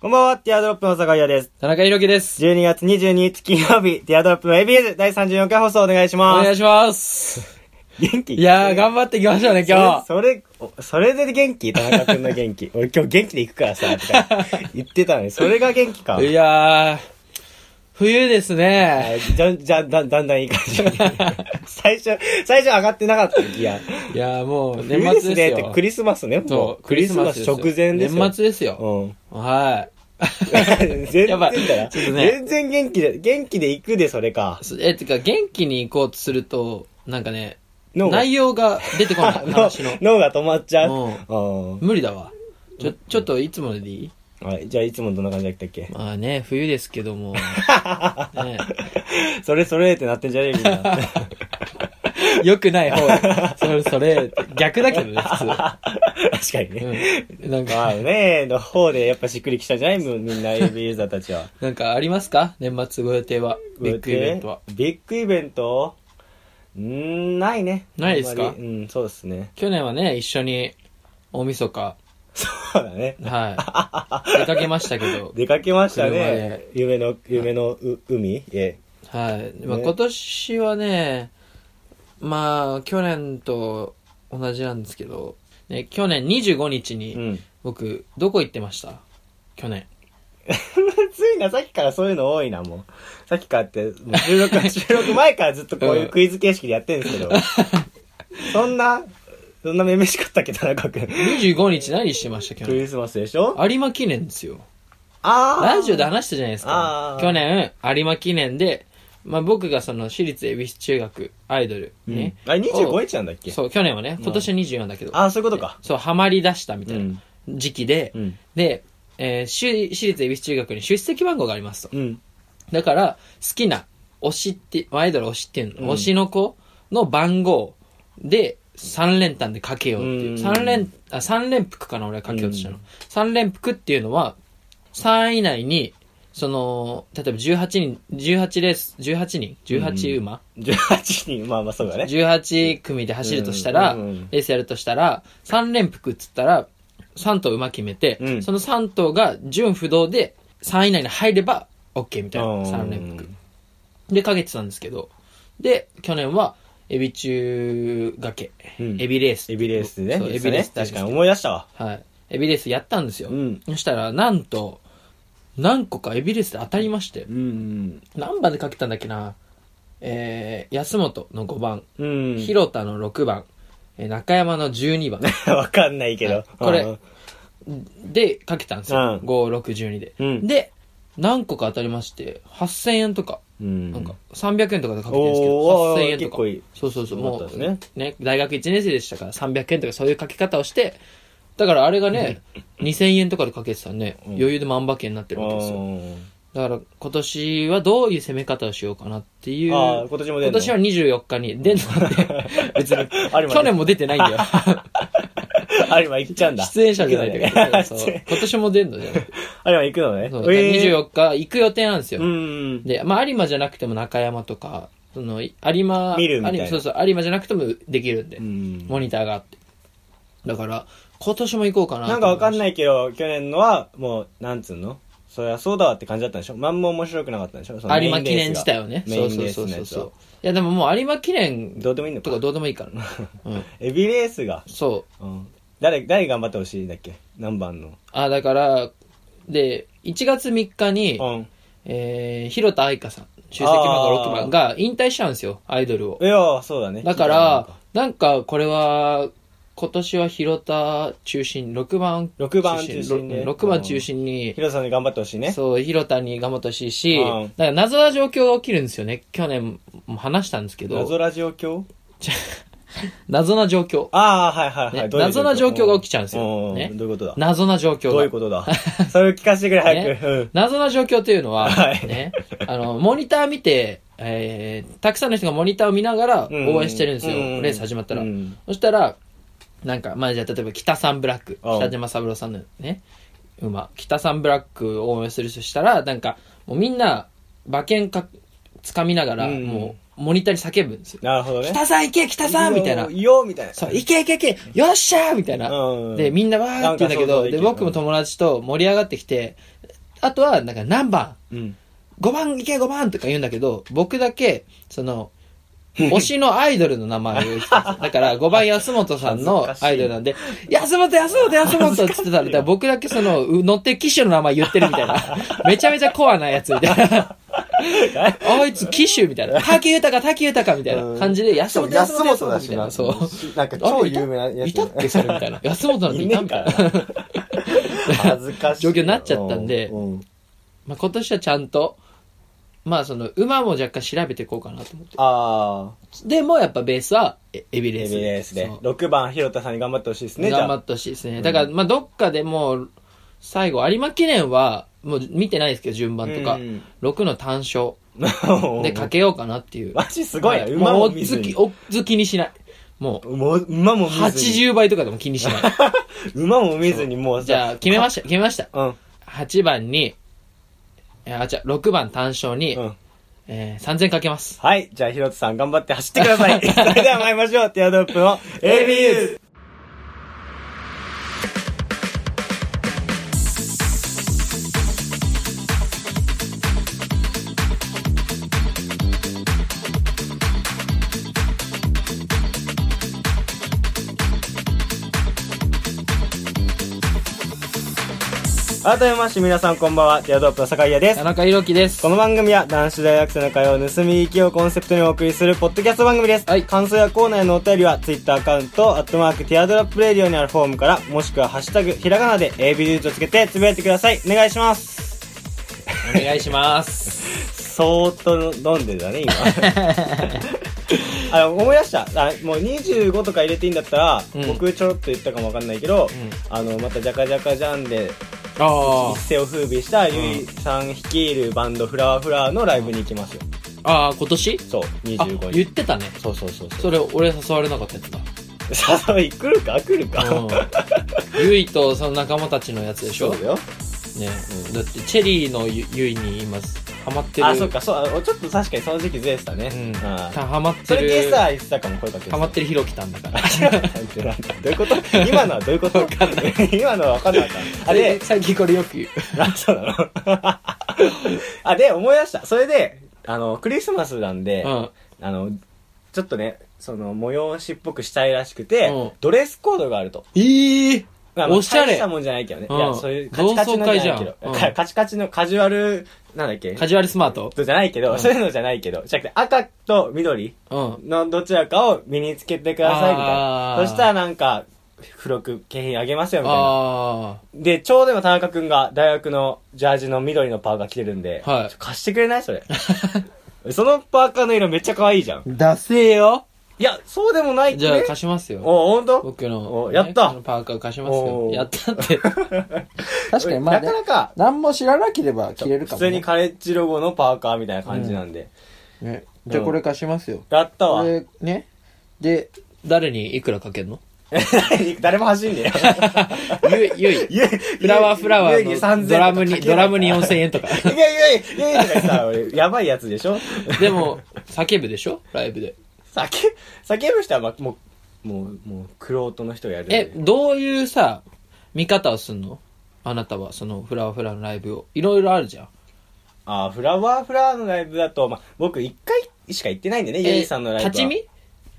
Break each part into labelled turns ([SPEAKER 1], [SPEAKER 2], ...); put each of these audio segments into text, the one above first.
[SPEAKER 1] こんばんは、ティアドロップの坂井です。
[SPEAKER 2] 田中裕樹です。
[SPEAKER 1] 12月22日金曜日、ティアドロップの ABS 第34回放送お願いし
[SPEAKER 2] お
[SPEAKER 1] ます。
[SPEAKER 2] 願いします。
[SPEAKER 1] 元気
[SPEAKER 2] いやー、頑張っていきましょうね、今日。
[SPEAKER 1] それ、それおそれで元気田中くんの元気。 俺今日元気で行くからさ、とか言ってたのに、それが元気か。
[SPEAKER 2] いやー、冬ですね。
[SPEAKER 1] じゃん、じゃん、だんだんだんいい感じに。 最初、最初上がってなかった気が。
[SPEAKER 2] いやー、もう年
[SPEAKER 1] ク
[SPEAKER 2] 末です
[SPEAKER 1] リスデーっ
[SPEAKER 2] よ
[SPEAKER 1] てク。リスマスね、もう
[SPEAKER 2] そう、
[SPEAKER 1] クリスマス
[SPEAKER 2] ですよ
[SPEAKER 1] 直前ですよ。
[SPEAKER 2] 年末ですよ。
[SPEAKER 1] うん。
[SPEAKER 2] は
[SPEAKER 1] 全然
[SPEAKER 2] やばい
[SPEAKER 1] だよ
[SPEAKER 2] ちょっとね
[SPEAKER 1] 全然元気で、元気で行くで、それか
[SPEAKER 2] い。。す え、てか、元気に行こうとすると、なんかね、
[SPEAKER 1] 脳が
[SPEAKER 2] 内容が出てこない、
[SPEAKER 1] 脳
[SPEAKER 2] 話の。
[SPEAKER 1] 脳が止まっちゃう。
[SPEAKER 2] うん
[SPEAKER 1] うん
[SPEAKER 2] 無理だわ。ちょ、ちょっといつもでいい
[SPEAKER 1] はい、じゃあいつもどんな感じだったっけ
[SPEAKER 2] まあね、冬ですけども。ね、
[SPEAKER 1] それそれってなってんじゃねえみん な。
[SPEAKER 2] よくない方。それ、それ、逆だけどね、普
[SPEAKER 1] 確かにね。
[SPEAKER 2] 通。うん。なんか
[SPEAKER 1] ま、あねの方でやっぱしっくりきたんじゃないみみんな AB ユーザーたちは。
[SPEAKER 2] なんかありますか年末ご予定は。ビッグイベントは。
[SPEAKER 1] ビッグイベントんーないね。
[SPEAKER 2] ないですか
[SPEAKER 1] あんまりうん、そうですね。
[SPEAKER 2] 去年はね、一緒に大晦日、
[SPEAKER 1] そうだね。
[SPEAKER 2] はい。出かけましたけど、
[SPEAKER 1] 出かけました
[SPEAKER 2] 車
[SPEAKER 1] ね
[SPEAKER 2] で。
[SPEAKER 1] 夢の、夢のう海え
[SPEAKER 2] はい。まあ、
[SPEAKER 1] ね
[SPEAKER 2] 今年はね、まあ、去年と同じなんですけど、ね、去年25日
[SPEAKER 1] え。う
[SPEAKER 2] に、
[SPEAKER 1] ん。
[SPEAKER 2] 僕、どこ行ってました去年。
[SPEAKER 1] ついな、さっきからそういうの多いな、もう。さっきからって、もう収録、 収録前からずっとこういうクイズ形式でやってるんです けど。そんな、そんなめめしかったっけ、田中君。
[SPEAKER 2] 25日何してました去
[SPEAKER 1] ク
[SPEAKER 2] 年。
[SPEAKER 1] リスマスでしょ
[SPEAKER 2] 有馬記念ですよ。
[SPEAKER 1] あー
[SPEAKER 2] ラジオで話したじゃないです
[SPEAKER 1] あ
[SPEAKER 2] か
[SPEAKER 1] ー。
[SPEAKER 2] 去年、有馬記念で、まあ僕がその私立恵比寿中学アイドル
[SPEAKER 1] う
[SPEAKER 2] ね
[SPEAKER 1] ん。あれ
[SPEAKER 2] を
[SPEAKER 1] 25日なんだっけ
[SPEAKER 2] そう、去年はね、今年は24だけど。
[SPEAKER 1] ああ、そういうことか。
[SPEAKER 2] そう、ハマり出したみたいな時期で、
[SPEAKER 1] うん。
[SPEAKER 2] で、えー私私立恵比寿中学に出席番号がありますと。
[SPEAKER 1] うん。
[SPEAKER 2] だから、好きな推しって、アイドル推しっていうの、
[SPEAKER 1] うん
[SPEAKER 2] 推しの子の番号で3連単でかけようっていうう。
[SPEAKER 1] ん
[SPEAKER 2] 三連、あ、三連服かな、俺はかけようとしたの。
[SPEAKER 1] うん
[SPEAKER 2] 三連服っていうのは、3位以内に、その、例えば18人、18レース、18人 ?18 馬、
[SPEAKER 1] 18人、まあまあそうだね。
[SPEAKER 2] 18組で走るとしたら、
[SPEAKER 1] うんうん
[SPEAKER 2] レースやるとしたら、3連服っつったら、3頭馬決めて、
[SPEAKER 1] うん
[SPEAKER 2] その3頭が順不動で3位以内に入れば OK みたいな、
[SPEAKER 1] うん
[SPEAKER 2] 3連服。で、かけてたんですけど、で、去年は、エビ中掛け、
[SPEAKER 1] うん
[SPEAKER 2] エビレース。
[SPEAKER 1] エビレースで
[SPEAKER 2] そう
[SPEAKER 1] ね。
[SPEAKER 2] エビレース
[SPEAKER 1] 確かに
[SPEAKER 2] に。
[SPEAKER 1] 思い出したわ。
[SPEAKER 2] はい。エビレースやったんですよ。
[SPEAKER 1] うん
[SPEAKER 2] そしたら、なんと、何個かエビレースで当たりまして、
[SPEAKER 1] うん。
[SPEAKER 2] 何番でかけたんだっけな、えー、安本の5番、
[SPEAKER 1] うん。
[SPEAKER 2] 広田の6番、えー中山の12番
[SPEAKER 1] わかんないけど。
[SPEAKER 2] これ
[SPEAKER 1] うん
[SPEAKER 2] でかけたんですよ。
[SPEAKER 1] うん
[SPEAKER 2] 5、6、12で、
[SPEAKER 1] うん
[SPEAKER 2] で、何個か当たりまして、8000円とか、
[SPEAKER 1] うん。
[SPEAKER 2] なんか300円とかでかけてるんですけ
[SPEAKER 1] お
[SPEAKER 2] ど、
[SPEAKER 1] ー
[SPEAKER 2] 8000円と
[SPEAKER 1] 結
[SPEAKER 2] か
[SPEAKER 1] 構いい。
[SPEAKER 2] そうそうそう、
[SPEAKER 1] よ
[SPEAKER 2] も
[SPEAKER 1] かった
[SPEAKER 2] う
[SPEAKER 1] ですね
[SPEAKER 2] ね大学1年生でしたから300円とかそういうかけ方をして、だからあれがね、2000円 とかでかけてたんで、
[SPEAKER 1] うん
[SPEAKER 2] 余裕で万馬券になってるわけですよ。だから今年はどういう攻め方をしようかなってい
[SPEAKER 1] あ
[SPEAKER 2] う。
[SPEAKER 1] ーあー、今年も出る
[SPEAKER 2] 今
[SPEAKER 1] の
[SPEAKER 2] 年は24日に出んのって、別に。
[SPEAKER 1] あれも
[SPEAKER 2] 去年も出てないん だよ。
[SPEAKER 1] あれは行っちゃうんだ。
[SPEAKER 2] 出演者じゃな いけ
[SPEAKER 1] 行くの
[SPEAKER 2] ど、
[SPEAKER 1] ね
[SPEAKER 2] そうそう今年も出んのじゃない
[SPEAKER 1] あれは行くのね。
[SPEAKER 2] そう
[SPEAKER 1] えー
[SPEAKER 2] 24日行く予定なんです
[SPEAKER 1] う
[SPEAKER 2] よ。
[SPEAKER 1] ん。
[SPEAKER 2] で、まあ、有馬じゃなくても中山とか、その、い有馬、
[SPEAKER 1] 見るみたいな
[SPEAKER 2] 有馬そうそう、有馬じゃなくてもできるんで、
[SPEAKER 1] うん
[SPEAKER 2] モニターがあって。だから、今年も行こうかな
[SPEAKER 1] なんかわかん
[SPEAKER 2] い。
[SPEAKER 1] ないけど、去年のは、もう、なんつうのそりゃそうだわって感じだったんでしょまんま面白くなかったんでしょそのメイ
[SPEAKER 2] 有
[SPEAKER 1] ンレー
[SPEAKER 2] 馬
[SPEAKER 1] スが
[SPEAKER 2] 記念自体はね。
[SPEAKER 1] メ
[SPEAKER 2] そ
[SPEAKER 1] イ
[SPEAKER 2] う
[SPEAKER 1] ン
[SPEAKER 2] そ
[SPEAKER 1] レ
[SPEAKER 2] う
[SPEAKER 1] ース
[SPEAKER 2] そう
[SPEAKER 1] の
[SPEAKER 2] そう
[SPEAKER 1] やつ
[SPEAKER 2] そ
[SPEAKER 1] は
[SPEAKER 2] う。いや、でももう有馬記念
[SPEAKER 1] どうでもいいの
[SPEAKER 2] と
[SPEAKER 1] か
[SPEAKER 2] かどうでもいいからな。うん。
[SPEAKER 1] エビレースが。
[SPEAKER 2] そう。
[SPEAKER 1] うん。誰、誰頑張ってほしいんだっけ何番の。
[SPEAKER 2] あ、だから、で、1月3日に、
[SPEAKER 1] うん。
[SPEAKER 2] えー、広田愛香さん、出席番号
[SPEAKER 1] あー
[SPEAKER 2] 6番が引退しちゃうんですよ、アイドルを
[SPEAKER 1] い。や、そうだね。
[SPEAKER 2] だから、なんかこれは、今年は広田中心、6番
[SPEAKER 1] 六番中心ね
[SPEAKER 2] 6番中心に、
[SPEAKER 1] 広さんに頑張ってほしいね。
[SPEAKER 2] そう、広田に頑張ってほしいし、
[SPEAKER 1] うん
[SPEAKER 2] だから謎な状況が起きるんですよね。去年も話したんですけ
[SPEAKER 1] 謎
[SPEAKER 2] ど、
[SPEAKER 1] ラジオ教
[SPEAKER 2] 謎な状況。
[SPEAKER 1] ああ、はいはいは
[SPEAKER 2] ね
[SPEAKER 1] い。どういう
[SPEAKER 2] 謎な状況が起きちゃうんです
[SPEAKER 1] う
[SPEAKER 2] よね
[SPEAKER 1] どういうことだ
[SPEAKER 2] 謎な状況が。
[SPEAKER 1] どういうことだそれを聞かせてくれ、 早く。うん
[SPEAKER 2] 謎な状況というのは、
[SPEAKER 1] はい
[SPEAKER 2] ね、あの、モニター見て、えー、たくさんの人がモニターを見ながら応援してるんですよ。
[SPEAKER 1] うんうんうん
[SPEAKER 2] レース始まったら。
[SPEAKER 1] うん
[SPEAKER 2] そしたら、なんか、まあじゃあ例えば北三ブラック、
[SPEAKER 1] うん
[SPEAKER 2] 北島三郎さんのね、馬、北三ブラックを応援するとしたら、なんか、もうみんな馬券か、掴みながら、
[SPEAKER 1] うん
[SPEAKER 2] もモニターに叫ぶんですよ。
[SPEAKER 1] なるほどね。
[SPEAKER 2] 北さん行け北さんみたいな。
[SPEAKER 1] よーみたいな。
[SPEAKER 2] そう、行け行け行けよっしゃーみたいな
[SPEAKER 1] うん。
[SPEAKER 2] で、みんなわーって言うん
[SPEAKER 1] な
[SPEAKER 2] だけ
[SPEAKER 1] んか想像
[SPEAKER 2] ど、
[SPEAKER 1] でき
[SPEAKER 2] で、
[SPEAKER 1] る
[SPEAKER 2] 僕も友達と盛り上がってきて、あとは、なんか何番
[SPEAKER 1] うん。
[SPEAKER 2] ?5 番行け5番とか言うんだけど、僕だけ、その、推しのアイドルの名前を言ってたんですよ。だ から、5番安本さんのアイドルなんで、安本安本安本って言ってたら、だから僕だけその、う乗ってる機種の名前言ってるみたいな。 めちゃめちゃコアなやつみたいな。あいつ機種みたいな。滝豊か滝豊かみたいな感じで、安本安本安本みたいな。そう。
[SPEAKER 1] なんか超有名なやつ。
[SPEAKER 2] いたっけそれみたいな。安本なんていたみたい
[SPEAKER 1] いねえ
[SPEAKER 2] な。
[SPEAKER 1] 恥ずかしい。
[SPEAKER 2] 状況になっちゃったんで
[SPEAKER 1] うん。
[SPEAKER 2] まあ今年はちゃんと、まあその、馬も若干調べていこうかなと思って。
[SPEAKER 1] ああ、
[SPEAKER 2] でもやっぱベースはエエビレー
[SPEAKER 1] エ
[SPEAKER 2] ス。
[SPEAKER 1] ビレースで
[SPEAKER 2] そう。
[SPEAKER 1] 6番、広田さんに頑張ってほしいですね、じゃ
[SPEAKER 2] 頑張
[SPEAKER 1] あ
[SPEAKER 2] っ。てほしいですね。だから、まあどっかでもう、最後、有馬記念は、もう見てないですけど、順番とか
[SPEAKER 1] う。ん
[SPEAKER 2] 6の単勝 でか
[SPEAKER 1] か
[SPEAKER 2] けようかなっていう。
[SPEAKER 1] マジすごいな
[SPEAKER 2] は
[SPEAKER 1] 馬も見ず
[SPEAKER 2] ず
[SPEAKER 1] に
[SPEAKER 2] き、おずきにしない。も
[SPEAKER 1] もう、馬も
[SPEAKER 2] う、
[SPEAKER 1] 見ずに。
[SPEAKER 2] 80倍とかでも気にし ない。
[SPEAKER 1] 馬も見ずに、もう
[SPEAKER 2] じゃあ、決めま
[SPEAKER 1] し
[SPEAKER 2] した、決めました。
[SPEAKER 1] た。うん。
[SPEAKER 2] 8番に、えーあ、じゃあ6番単勝に、
[SPEAKER 1] うん
[SPEAKER 2] えー3000かけます。
[SPEAKER 1] はい。じゃあ、ひろとさん頑張って走ってくださ い。それでは参りましょう。ティアドロップの ABUs。改めまして皆さんこんばんは、ティアドロップの坂井です
[SPEAKER 2] 田。中裕樹です。
[SPEAKER 1] この番組は男子大学生の会話を盗み聞きをコンセプトにお送りするポッドキャスト番組です。
[SPEAKER 2] はい
[SPEAKER 1] 感想やコーナーへのお便りは Twitter アカウント、アットマークティアドロップレディオにあるフォームから、もしくはハッシュタグ、ひらがなで AB ルートつけてつぶやいてください。お願いします。
[SPEAKER 2] お願い します。
[SPEAKER 1] そーっと飲んでたね、今。 あの思い出したあもう25とか入れていいんだったら、
[SPEAKER 2] うん
[SPEAKER 1] 僕ちょろっと言ったかもわかんないけど、
[SPEAKER 2] ん
[SPEAKER 1] あのまた「ジャカジャカジャン」で
[SPEAKER 2] あ
[SPEAKER 1] 一世を風靡したゆいさん率いるバンド「フラワーフラワー」のライブに行きますよ、
[SPEAKER 2] あ、ああ、今年
[SPEAKER 1] そう
[SPEAKER 2] あ
[SPEAKER 1] 25に
[SPEAKER 2] 言ってたね。
[SPEAKER 1] そうそうそうそ
[SPEAKER 2] それ、俺誘われなかったやつだ。
[SPEAKER 1] う。 さあ、来るか来るか。
[SPEAKER 2] うん。ゆいとその仲間たちのやつでし
[SPEAKER 1] そ
[SPEAKER 2] ょ
[SPEAKER 1] うだよ。
[SPEAKER 2] ね、
[SPEAKER 1] うん
[SPEAKER 2] だって、チェリーのゆゆいに今、ハマってる。
[SPEAKER 1] あ、そっか、そう、あちょっと確かにその時期ずれてたね。
[SPEAKER 2] うん。
[SPEAKER 1] ああ
[SPEAKER 2] たハマってる。
[SPEAKER 1] それでさ、言ってたかも、声かけてた。
[SPEAKER 2] ハマってるひろきたんだから。
[SPEAKER 1] なんてなんてどういうこと今のはどういうこと今のは分かんなかった。あれ、
[SPEAKER 2] 最近これよく言う。
[SPEAKER 1] あ、 そうなのあ、で、思い出した。それで、あの、クリスマスなんで、
[SPEAKER 2] うん。
[SPEAKER 1] あの、ちょっとね、その、催しっぽくしたいらしくて、
[SPEAKER 2] うん
[SPEAKER 1] ドレスコードがあると。
[SPEAKER 2] ええー、
[SPEAKER 1] まあまあ
[SPEAKER 2] おしゃれ
[SPEAKER 1] 大したもんじゃないけどね。
[SPEAKER 2] うん
[SPEAKER 1] いや、そういうカチカチのじゃないけど
[SPEAKER 2] 同。窓会じゃんうん
[SPEAKER 1] カチカチのカジュアル、なんだっけ
[SPEAKER 2] カジュアルスマート
[SPEAKER 1] じゃないけど、
[SPEAKER 2] うん
[SPEAKER 1] そういうのじゃないけど、じゃなくて赤と緑
[SPEAKER 2] うん。
[SPEAKER 1] のどちらかを身につけてくださいみたいな
[SPEAKER 2] あ。ー
[SPEAKER 1] そしたらなんか、付録景品あげますよみたいな。
[SPEAKER 2] あ
[SPEAKER 1] で、ちょうど今田中くんが大学のジャージの緑のパーカー着てるんで、
[SPEAKER 2] はい
[SPEAKER 1] ちょ貸してくれない それ。そのパーカーの色めっちゃ可愛いじゃん。
[SPEAKER 2] あ。出せよ。
[SPEAKER 1] いや、そうでもない
[SPEAKER 2] じゃあ
[SPEAKER 1] ね
[SPEAKER 2] 貸しますよ。
[SPEAKER 1] お、ほんと
[SPEAKER 2] 僕の、
[SPEAKER 1] おやった
[SPEAKER 2] ねこのパーカー貸しますよ
[SPEAKER 1] お。ー
[SPEAKER 2] やっ たって。確
[SPEAKER 1] なかなか、
[SPEAKER 2] 何も知らなければ着れる
[SPEAKER 1] 普通にカレッジロゴのパーカーみたいな感じなんで。
[SPEAKER 2] ね
[SPEAKER 1] じゃあこれ
[SPEAKER 2] 貸しますよ。
[SPEAKER 1] やったわ。
[SPEAKER 2] ね。で、誰にいくら かけるの
[SPEAKER 1] 誰も走んね
[SPEAKER 2] ゆい、ゆい。
[SPEAKER 1] えよ。
[SPEAKER 2] フラワーフラワ
[SPEAKER 1] ゆいに
[SPEAKER 2] ー
[SPEAKER 1] 3000
[SPEAKER 2] のドラム
[SPEAKER 1] と
[SPEAKER 2] に、
[SPEAKER 1] かかけな
[SPEAKER 2] ド
[SPEAKER 1] い
[SPEAKER 2] ラ ムに4000円とか。
[SPEAKER 1] いやいやいやいやいやとかさ、俺やばいやつでしょ
[SPEAKER 2] でも、叫ぶでしょライブで。
[SPEAKER 1] 叫、叫ぶ人は、ま、もう、もう、もう、くろとの人がやるん
[SPEAKER 2] え
[SPEAKER 1] で。、
[SPEAKER 2] どういうさ、見方をすんのあなたは、その、フラワーフラワーのライブを。いろいろあるじゃん。
[SPEAKER 1] あー、フラワーフラワーのライブだと、ま、僕一回しか行ってないんでね、ゆいさんのライブは。
[SPEAKER 2] 立ち見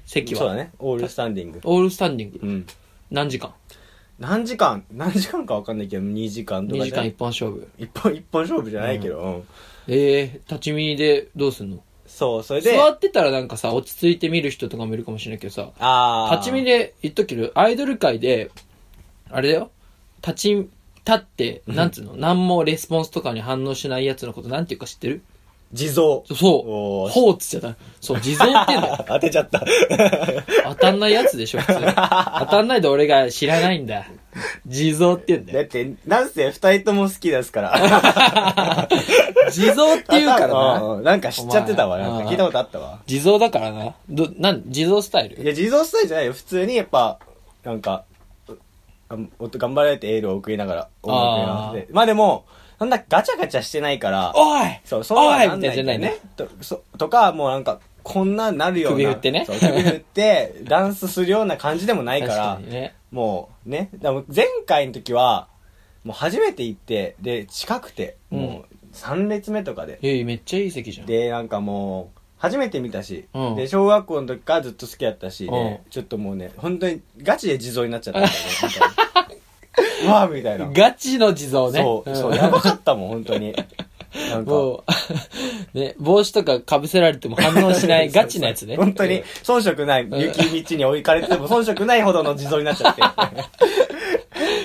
[SPEAKER 2] 席は。
[SPEAKER 1] そうだね。オールスタンディング。
[SPEAKER 2] オールスタンディング。
[SPEAKER 1] うん。
[SPEAKER 2] 何時間
[SPEAKER 1] 何時間何時間かわかんないけど、2時間と
[SPEAKER 2] ?2
[SPEAKER 1] か
[SPEAKER 2] 時間一本勝負。
[SPEAKER 1] 一本、一本勝負じゃないけど。うん
[SPEAKER 2] えー、立ち見でどうすんの
[SPEAKER 1] そう、それで、
[SPEAKER 2] 座ってたらなんかさ、落ち着いて見る人とかもいるかもしれないけどさ、
[SPEAKER 1] あー
[SPEAKER 2] 立ち見で言っときる、アイドル界で、あれだよ、立ち、立って、なんつうの、何もレスポンスとかに反応しないやつのことなんていうか知ってる
[SPEAKER 1] 地 蔵。
[SPEAKER 2] そ
[SPEAKER 1] お
[SPEAKER 2] う。
[SPEAKER 1] ー
[SPEAKER 2] ほうっつっちゃった。そう、地蔵って言 うんだよ。
[SPEAKER 1] 当てちゃった。
[SPEAKER 2] 当たんないやつでしょ、普通。当たんないで俺が知らないんだ。地蔵って言うんだ
[SPEAKER 1] だ
[SPEAKER 2] よ。
[SPEAKER 1] って、なんせ二人とも好きですから。
[SPEAKER 2] 地蔵って言う
[SPEAKER 1] う
[SPEAKER 2] から
[SPEAKER 1] ん
[SPEAKER 2] な。
[SPEAKER 1] うんなんか知っちゃってたわ。
[SPEAKER 2] お前
[SPEAKER 1] なんか聞いたことあったわ。
[SPEAKER 2] 地蔵だからな。ど、なん、地蔵スタイル
[SPEAKER 1] いや、地蔵スタイルじゃないよ。普通にやっぱ、なんか、うあおっと頑張れってエールを送りながら、音楽やらせて。まあでも、そんなガチャガチャしてないから、
[SPEAKER 2] おい
[SPEAKER 1] そう、そう
[SPEAKER 2] お
[SPEAKER 1] はいな
[SPEAKER 2] み
[SPEAKER 1] ん
[SPEAKER 2] た
[SPEAKER 1] ない
[SPEAKER 2] じゃ
[SPEAKER 1] い
[SPEAKER 2] ないね。
[SPEAKER 1] とそとか、もうなんか、こんなんなるような。
[SPEAKER 2] 首振ってね
[SPEAKER 1] そう首振って、ダンスするような感じでもないか
[SPEAKER 2] 確
[SPEAKER 1] ら
[SPEAKER 2] か、にね。
[SPEAKER 1] もうね、でも前回の時は、もう初めて行って、で、近くて、もう3列目とかで。
[SPEAKER 2] いやいやめっちゃいい席じゃん。
[SPEAKER 1] で、なんかもう、初めて見たし、
[SPEAKER 2] うん
[SPEAKER 1] で、小学校の時からずっと好きやったし、で
[SPEAKER 2] うん
[SPEAKER 1] ちょっともうね、本当にガチで地蔵になっちゃった んだよねみたいな。うわあみたいな。
[SPEAKER 2] ガチの地蔵ね。
[SPEAKER 1] そう、そう、
[SPEAKER 2] ん
[SPEAKER 1] やばかったもん、本当に。なんか。
[SPEAKER 2] もう、 ね、帽子とか被せられても反応 しないガチなやつね。
[SPEAKER 1] 本当に、遜色ない、
[SPEAKER 2] ん
[SPEAKER 1] 雪道に追いかれてても遜色ないほどの地蔵になっちゃって。い
[SPEAKER 2] うん。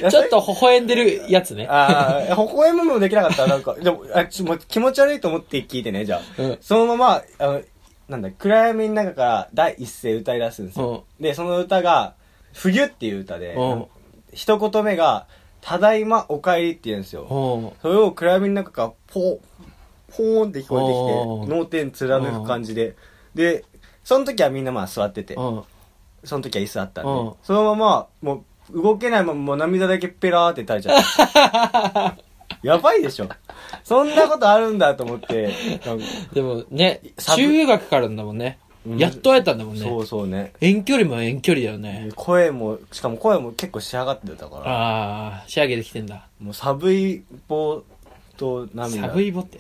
[SPEAKER 1] や
[SPEAKER 2] ちょっと微笑んでるやつね。
[SPEAKER 1] ああ、微笑むもできなかった。なんか、でも、あちょもう気持ち悪いと思って聞いてね、じゃあ。
[SPEAKER 2] うん
[SPEAKER 1] そのまま、あの、なんだ、暗闇の中から第一声歌い出すんですよ。で、その歌が、冬っていう歌で、
[SPEAKER 2] うん
[SPEAKER 1] 一言目が、ただいまお帰りって言うんですよ。
[SPEAKER 2] うん。
[SPEAKER 1] それを暗闇の中から、ポー、ポーンって聞こえてき
[SPEAKER 2] う
[SPEAKER 1] て、脳天貫く感じで。で、その時はみんなまあ座ってて、
[SPEAKER 2] うん。
[SPEAKER 1] その時は椅子あったんで、
[SPEAKER 2] うん
[SPEAKER 1] そのまま、もう、動けないまま、もう涙だけペラーって垂れちゃった。 やばいでしょ。そんなことあるんだと思 って、なんか
[SPEAKER 2] でもね、
[SPEAKER 1] サブ
[SPEAKER 2] 中学からなんだもんね。
[SPEAKER 1] うん
[SPEAKER 2] やっと会えたんだもん
[SPEAKER 1] そ
[SPEAKER 2] ね。
[SPEAKER 1] うそうね。
[SPEAKER 2] 遠距離も遠距離だよね。
[SPEAKER 1] 声も、しかも声も結構仕上がってたから、
[SPEAKER 2] ああ、仕上げてきてんだ。
[SPEAKER 1] もう寒い棒と涙。
[SPEAKER 2] サブイボって。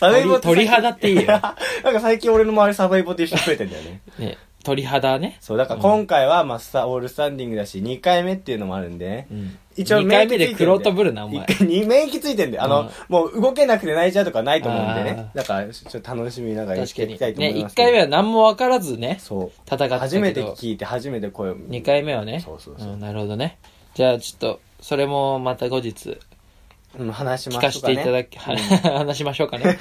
[SPEAKER 1] 寒い棒
[SPEAKER 2] 鳥鳥肌っていいよ
[SPEAKER 1] なんか最近俺の周り寒い棒と一緒に増えてんだよね。
[SPEAKER 2] ね、鳥肌ね。
[SPEAKER 1] そう、だから今回は、まあ、スタオールスタンディングだし、2回目っていうのもあるんでね。
[SPEAKER 2] うん。
[SPEAKER 1] 一応
[SPEAKER 2] 二回目
[SPEAKER 1] 免疫ついて
[SPEAKER 2] で
[SPEAKER 1] ん
[SPEAKER 2] クロートぶるな、お前。
[SPEAKER 1] 一回免疫ついてんで、あの、
[SPEAKER 2] うん
[SPEAKER 1] もう動けなくて泣いちゃうとかないと思うんでね
[SPEAKER 2] あ。
[SPEAKER 1] だから、ちょっと楽しみながらやっ
[SPEAKER 2] 確
[SPEAKER 1] て
[SPEAKER 2] か
[SPEAKER 1] いきたい
[SPEAKER 2] に。
[SPEAKER 1] と思
[SPEAKER 2] ね、
[SPEAKER 1] います
[SPEAKER 2] 1
[SPEAKER 1] けど、
[SPEAKER 2] 回目は何も分からずね、
[SPEAKER 1] そう。
[SPEAKER 2] 戦ってた
[SPEAKER 1] 初め
[SPEAKER 2] け
[SPEAKER 1] て
[SPEAKER 2] ど、
[SPEAKER 1] 聞いて、初めて声を。
[SPEAKER 2] 2回目はね。
[SPEAKER 1] そうそうそう
[SPEAKER 2] うんなるほどね。じゃあちょっと、それもまた後日、
[SPEAKER 1] うん、話し
[SPEAKER 2] 聞
[SPEAKER 1] ま
[SPEAKER 2] か
[SPEAKER 1] す
[SPEAKER 2] せ
[SPEAKER 1] とか
[SPEAKER 2] て
[SPEAKER 1] ね。
[SPEAKER 2] いただき、話しましょうか ね。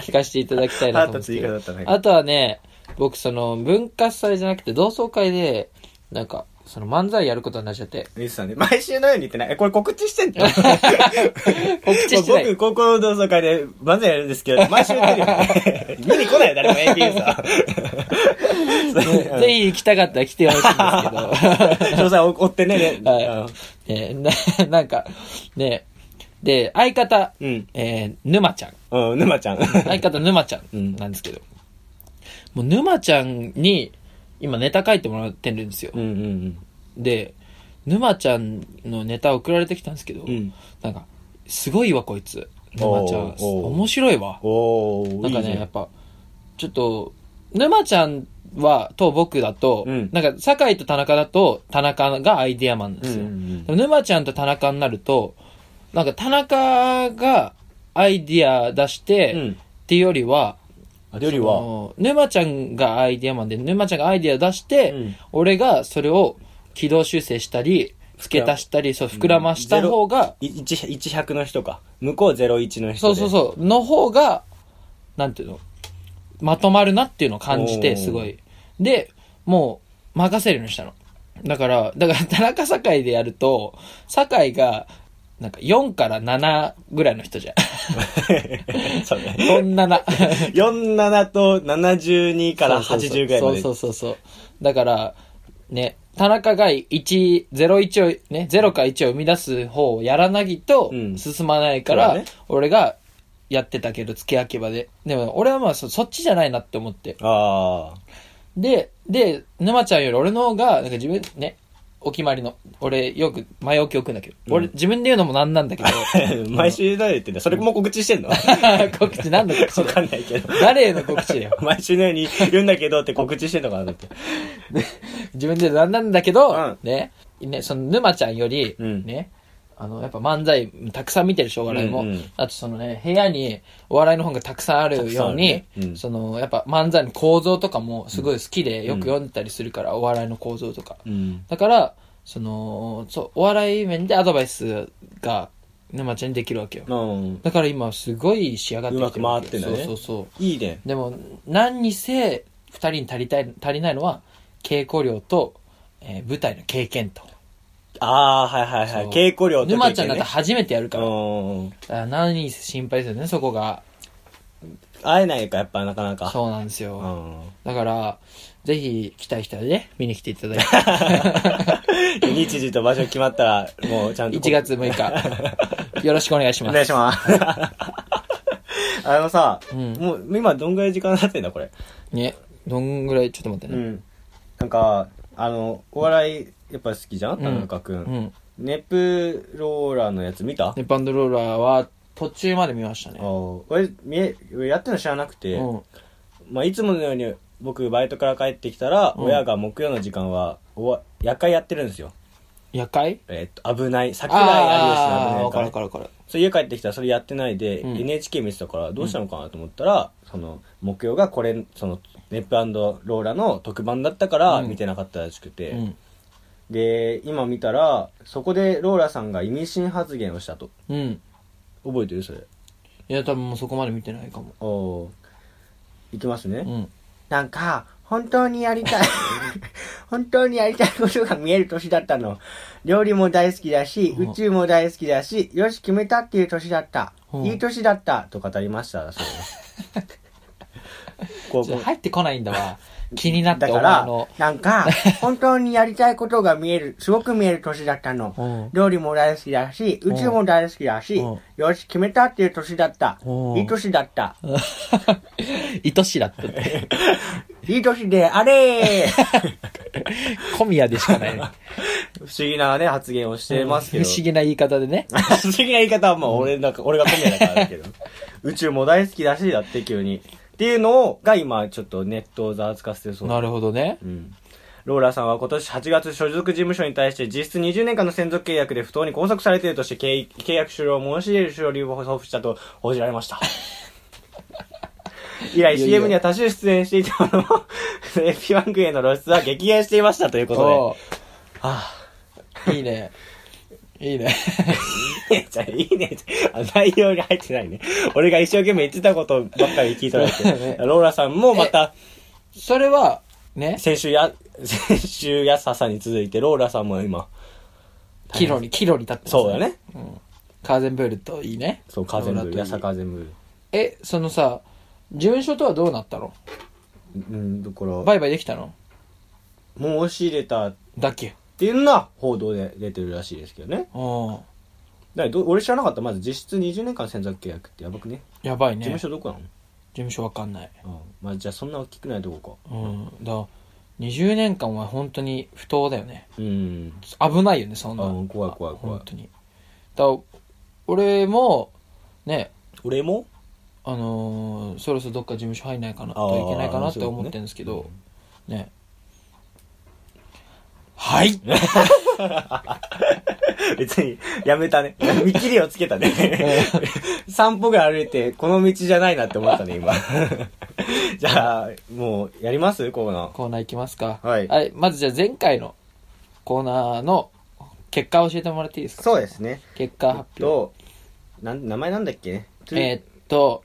[SPEAKER 2] 聞かせていただきたいなと思うんですけ
[SPEAKER 1] あ
[SPEAKER 2] ど
[SPEAKER 1] った追加だったね
[SPEAKER 2] あとはね、僕その、文化祭じゃなくて同窓会で、なんか、その漫才やることになっちゃって、
[SPEAKER 1] リスさんね、毎週のように言ってない。え、これ告知してん の
[SPEAKER 2] 告知してない
[SPEAKER 1] 僕、高校の同窓会で、漫才やるんですけど、毎週言ってるよね。見に来ないよ、誰も APU さ
[SPEAKER 2] ね ぜひ行きたかったら来てほしいんですけど。
[SPEAKER 1] ん。詳細追ってね。ね
[SPEAKER 2] はねななんか、ねで、相方、
[SPEAKER 1] うん
[SPEAKER 2] えー沼ちゃん。
[SPEAKER 1] うんうん、沼ち ゃん。
[SPEAKER 2] 相方沼ちゃんなんですけど、もう沼ちゃんに、今ネタ書いてもらってるんですよ。
[SPEAKER 1] うんうん
[SPEAKER 2] で、沼ちゃんのネタ送られてきたんですけど、
[SPEAKER 1] うん。うん。
[SPEAKER 2] なんか、すごいわ、こいつ。沼ちゃ
[SPEAKER 1] お
[SPEAKER 2] ん
[SPEAKER 1] う。おう
[SPEAKER 2] 面白いわ。
[SPEAKER 1] おー、
[SPEAKER 2] なん
[SPEAKER 1] い
[SPEAKER 2] か
[SPEAKER 1] い
[SPEAKER 2] ね、やっ
[SPEAKER 1] ね。
[SPEAKER 2] ぱ、ちょっと、沼ちゃんは、と僕だと、
[SPEAKER 1] うん
[SPEAKER 2] なんか、酒井と田中だと、田中がアイデアマンなんですよ。
[SPEAKER 1] うんうんうん
[SPEAKER 2] でも沼ちゃんと田中になると、なんか、田中がアイデア出して、
[SPEAKER 1] うん
[SPEAKER 2] っていうよりは、
[SPEAKER 1] あより
[SPEAKER 2] あ
[SPEAKER 1] は、
[SPEAKER 2] の沼ちゃんがアイデアマンで、沼ちゃんがアイデア出して、
[SPEAKER 1] うん
[SPEAKER 2] 俺がそれを軌道修正したり、付け足したり、そう、膨らました方が、
[SPEAKER 1] 100の人か。向こう01の人
[SPEAKER 2] そう
[SPEAKER 1] で。
[SPEAKER 2] そうそう。の方が、なんていうの、まとまるなっていうのを感じ
[SPEAKER 1] お
[SPEAKER 2] て、
[SPEAKER 1] ー
[SPEAKER 2] すごい。で、もう、任せるようにしたの。だから、だから、 田中酒井でやると、酒井が、なんか4から7ぐらいの人じ ゃん。
[SPEAKER 1] う。 そうね。
[SPEAKER 2] 4、7。
[SPEAKER 1] 47と72から80ぐらいまで。
[SPEAKER 2] そうそうそうそう。だから、ね、田中が1、01を、ね、0か1を生み出す方をやらなぎと
[SPEAKER 1] うん
[SPEAKER 2] 進まないから、
[SPEAKER 1] そうだね
[SPEAKER 2] 俺がやってたけど、付け焼き場で。でも、俺はまあそ、そっちじゃないなって思って。
[SPEAKER 1] あ
[SPEAKER 2] で、で、沼ちゃんより俺の方が、なんか自分、ね、お決まりの、俺よく前置き置くんだけど、俺自分で言うのもなんなんだけど、
[SPEAKER 1] あ。 毎週誰言ってんだそれも告知してんのわ
[SPEAKER 2] 告知なんだ告知だよ
[SPEAKER 1] かんないけど。
[SPEAKER 2] 誰への告知だよ。
[SPEAKER 1] 毎週のように言うんだけどって告知してんのかなだって。
[SPEAKER 2] 自分でなんなんだけど、
[SPEAKER 1] うん
[SPEAKER 2] ね、ね、その沼ちゃんより、
[SPEAKER 1] うん
[SPEAKER 2] ね、あの、やっぱ漫才たくさん見てるし、お笑いも。
[SPEAKER 1] うんうん
[SPEAKER 2] あとそのね、部屋にお笑いの本がたくさんあるように
[SPEAKER 1] たくさんあ、るねうん
[SPEAKER 2] その、やっぱ漫才の構造とかもすごい好きで、よく読んでたりするから、お笑いの構造とか。
[SPEAKER 1] うん。
[SPEAKER 2] だから、その、そう、お笑い面でアドバイスが沼ちゃんにできるわけよ。
[SPEAKER 1] うん。
[SPEAKER 2] だから今すごい仕上がってきてるわけ
[SPEAKER 1] うまく回ってんだね
[SPEAKER 2] そうそうそう。
[SPEAKER 1] いいね。
[SPEAKER 2] でも、何にせ、二人に足りたい、足りないのは、稽古量と、えー舞台の経験と。
[SPEAKER 1] ああ、はいはいはい。稽古量と
[SPEAKER 2] 沼ちゃんだ
[SPEAKER 1] 経
[SPEAKER 2] ったら初めてやるか
[SPEAKER 1] 験
[SPEAKER 2] ら。
[SPEAKER 1] ねうん。
[SPEAKER 2] あ何にせ心配ですよね、そこが。
[SPEAKER 1] 会えないか、やっぱなかなか。
[SPEAKER 2] そうなんです
[SPEAKER 1] う
[SPEAKER 2] よ。
[SPEAKER 1] ん。
[SPEAKER 2] だから、ぜひ、来たい人はね、見に来てい ただいて。
[SPEAKER 1] 日時と場所決まったら、もうちゃんと。
[SPEAKER 2] 1月6日。よろしくお願いし
[SPEAKER 1] お
[SPEAKER 2] ま
[SPEAKER 1] 願い
[SPEAKER 2] す。
[SPEAKER 1] します。あのさ、
[SPEAKER 2] うん
[SPEAKER 1] もう今どんぐらい時間経ってんだ、これ。
[SPEAKER 2] ね、どんぐらい、ちょっと待って
[SPEAKER 1] う
[SPEAKER 2] ね。
[SPEAKER 1] ん。なんか、あの、お笑い、やっぱ好きじゃん
[SPEAKER 2] うん
[SPEAKER 1] 田中く。
[SPEAKER 2] うんん。
[SPEAKER 1] ネプローラーのやつ見た
[SPEAKER 2] で、バンドローラーは、途中まで見ましたね。
[SPEAKER 1] あー俺見えやってるの知らなくて、
[SPEAKER 2] うん。
[SPEAKER 1] まあ、いつものように僕バイトから帰ってきたら、
[SPEAKER 2] うん
[SPEAKER 1] 親が木曜の時間はおわ夜会やってるんですよ、
[SPEAKER 2] 夜会
[SPEAKER 1] えーっと危ない桜井有吉
[SPEAKER 2] ああー、
[SPEAKER 1] の
[SPEAKER 2] わ
[SPEAKER 1] 危な
[SPEAKER 2] かる
[SPEAKER 1] い
[SPEAKER 2] わ
[SPEAKER 1] か
[SPEAKER 2] からるわかる。
[SPEAKER 1] それ家帰ってきたらそれやってないで、
[SPEAKER 2] うん
[SPEAKER 1] NHK 見てたからどうしたのかなと思ったら、その木曜がこれそのネップローラの特番だったから
[SPEAKER 2] うん
[SPEAKER 1] 見てなかったらしくて、
[SPEAKER 2] うん。
[SPEAKER 1] で今見たらそこでローラさんが意味深発言をしたと
[SPEAKER 2] うん。
[SPEAKER 1] 覚えてるそれ
[SPEAKER 2] いや、多分もうそこまで見てないかも。
[SPEAKER 1] おーいきますね、
[SPEAKER 2] うん。
[SPEAKER 1] なんか、本当にやりたい、本当にやりたいことが見える年だったの。料理も大好きだし、
[SPEAKER 2] うん
[SPEAKER 1] 宇宙も大好きだし、よし、決めたっていう年だった。
[SPEAKER 2] うん
[SPEAKER 1] いい年だった、と語りました。そう高
[SPEAKER 2] ち
[SPEAKER 1] 校
[SPEAKER 2] ょっと入ってこないんだわ。 気になって、
[SPEAKER 1] だか
[SPEAKER 2] 俺あ
[SPEAKER 1] ら
[SPEAKER 2] の、、
[SPEAKER 1] なんか、 本当にやりたいことが見える、すごく見える年だったの。
[SPEAKER 2] うん。
[SPEAKER 1] 料理も大好きだし、宇宙も大好きだし、
[SPEAKER 2] うん
[SPEAKER 1] よし、決めたっていう年だった。
[SPEAKER 2] うん
[SPEAKER 1] いい年だった。
[SPEAKER 2] 愛しいだっ たって。
[SPEAKER 1] いい年で、あれー
[SPEAKER 2] 小宮でしかないね。
[SPEAKER 1] 不思議なね、発言をしてますけど。
[SPEAKER 2] 不思議な言い方でね。
[SPEAKER 1] 不思議な言い方はまあ俺なんか、俺が小宮だからだけど。宇宙も大好きだし、だって急に。っていうのを、が今ちょっとネットをざわつかせてそう。
[SPEAKER 2] なるほどね。
[SPEAKER 1] うん。ローラさんは今年8月所属事務所に対して実質20年間の専属契約で不当に拘束されているとして契契約終了を申し入れる書類を送付したと報じられま した。以来
[SPEAKER 2] いやいや
[SPEAKER 1] CM には多種出演していたものの、AP1 区への露出は激減していましたということで。
[SPEAKER 2] お
[SPEAKER 1] はあ
[SPEAKER 2] ういいね。いいね。
[SPEAKER 1] いいねじゃんいいねじゃんあ内容に入ってないね。俺が一生懸命言ってたことばっかり聞いただけ。ローラさんもまた、
[SPEAKER 2] それは、ね、
[SPEAKER 1] 先週や、 先週やささに続いて、ローラさんも今、
[SPEAKER 2] キロに、キロに立ってます
[SPEAKER 1] そうだね。
[SPEAKER 2] うん。カーゼンブールといいね。
[SPEAKER 1] そう、風
[SPEAKER 2] ロ
[SPEAKER 1] ブ
[SPEAKER 2] ー
[SPEAKER 1] ル、
[SPEAKER 2] ラ
[SPEAKER 1] や
[SPEAKER 2] といい
[SPEAKER 1] さ風ブル。
[SPEAKER 2] え、そのさ、事務所とはどうなったの
[SPEAKER 1] うん、だから、
[SPEAKER 2] 売買できたの
[SPEAKER 1] 申し入れたっ
[SPEAKER 2] だっけ
[SPEAKER 1] ていうのは報道で出てるらしいですけどね。
[SPEAKER 2] うん。
[SPEAKER 1] だからど俺知らなかった。まず実質20年間専属契約ってやばくね。
[SPEAKER 2] やばい
[SPEAKER 1] 事
[SPEAKER 2] ね。
[SPEAKER 1] 務所どこなの
[SPEAKER 2] 事務所わかんない。
[SPEAKER 1] うん。まあじゃあそんな大きくないとこ
[SPEAKER 2] うん。だから20年間は本当に不当だよね。
[SPEAKER 1] か。うん。
[SPEAKER 2] 危ないよね、そんな。
[SPEAKER 1] うん怖い怖い怖い
[SPEAKER 2] 本当に。だから俺も、ね、
[SPEAKER 1] 俺も
[SPEAKER 2] あのーそろそろどっか事務所入んないかなといけないかなって思ってるんですけど、ねはい
[SPEAKER 1] 別に、やめたね。見切りをつけたね。散歩ぐらい歩いて、この道じゃないなって思ったね、 今。じゃあ、もう、やりますコーナー。
[SPEAKER 2] コーナーいきますか。
[SPEAKER 1] はい
[SPEAKER 2] まずじゃあ前回のコーナーの結果を教えてもらっていいですか
[SPEAKER 1] そうですね。
[SPEAKER 2] 結果
[SPEAKER 1] えっ
[SPEAKER 2] 発表。
[SPEAKER 1] と、なん、名前なんだっけね。
[SPEAKER 2] えーっと、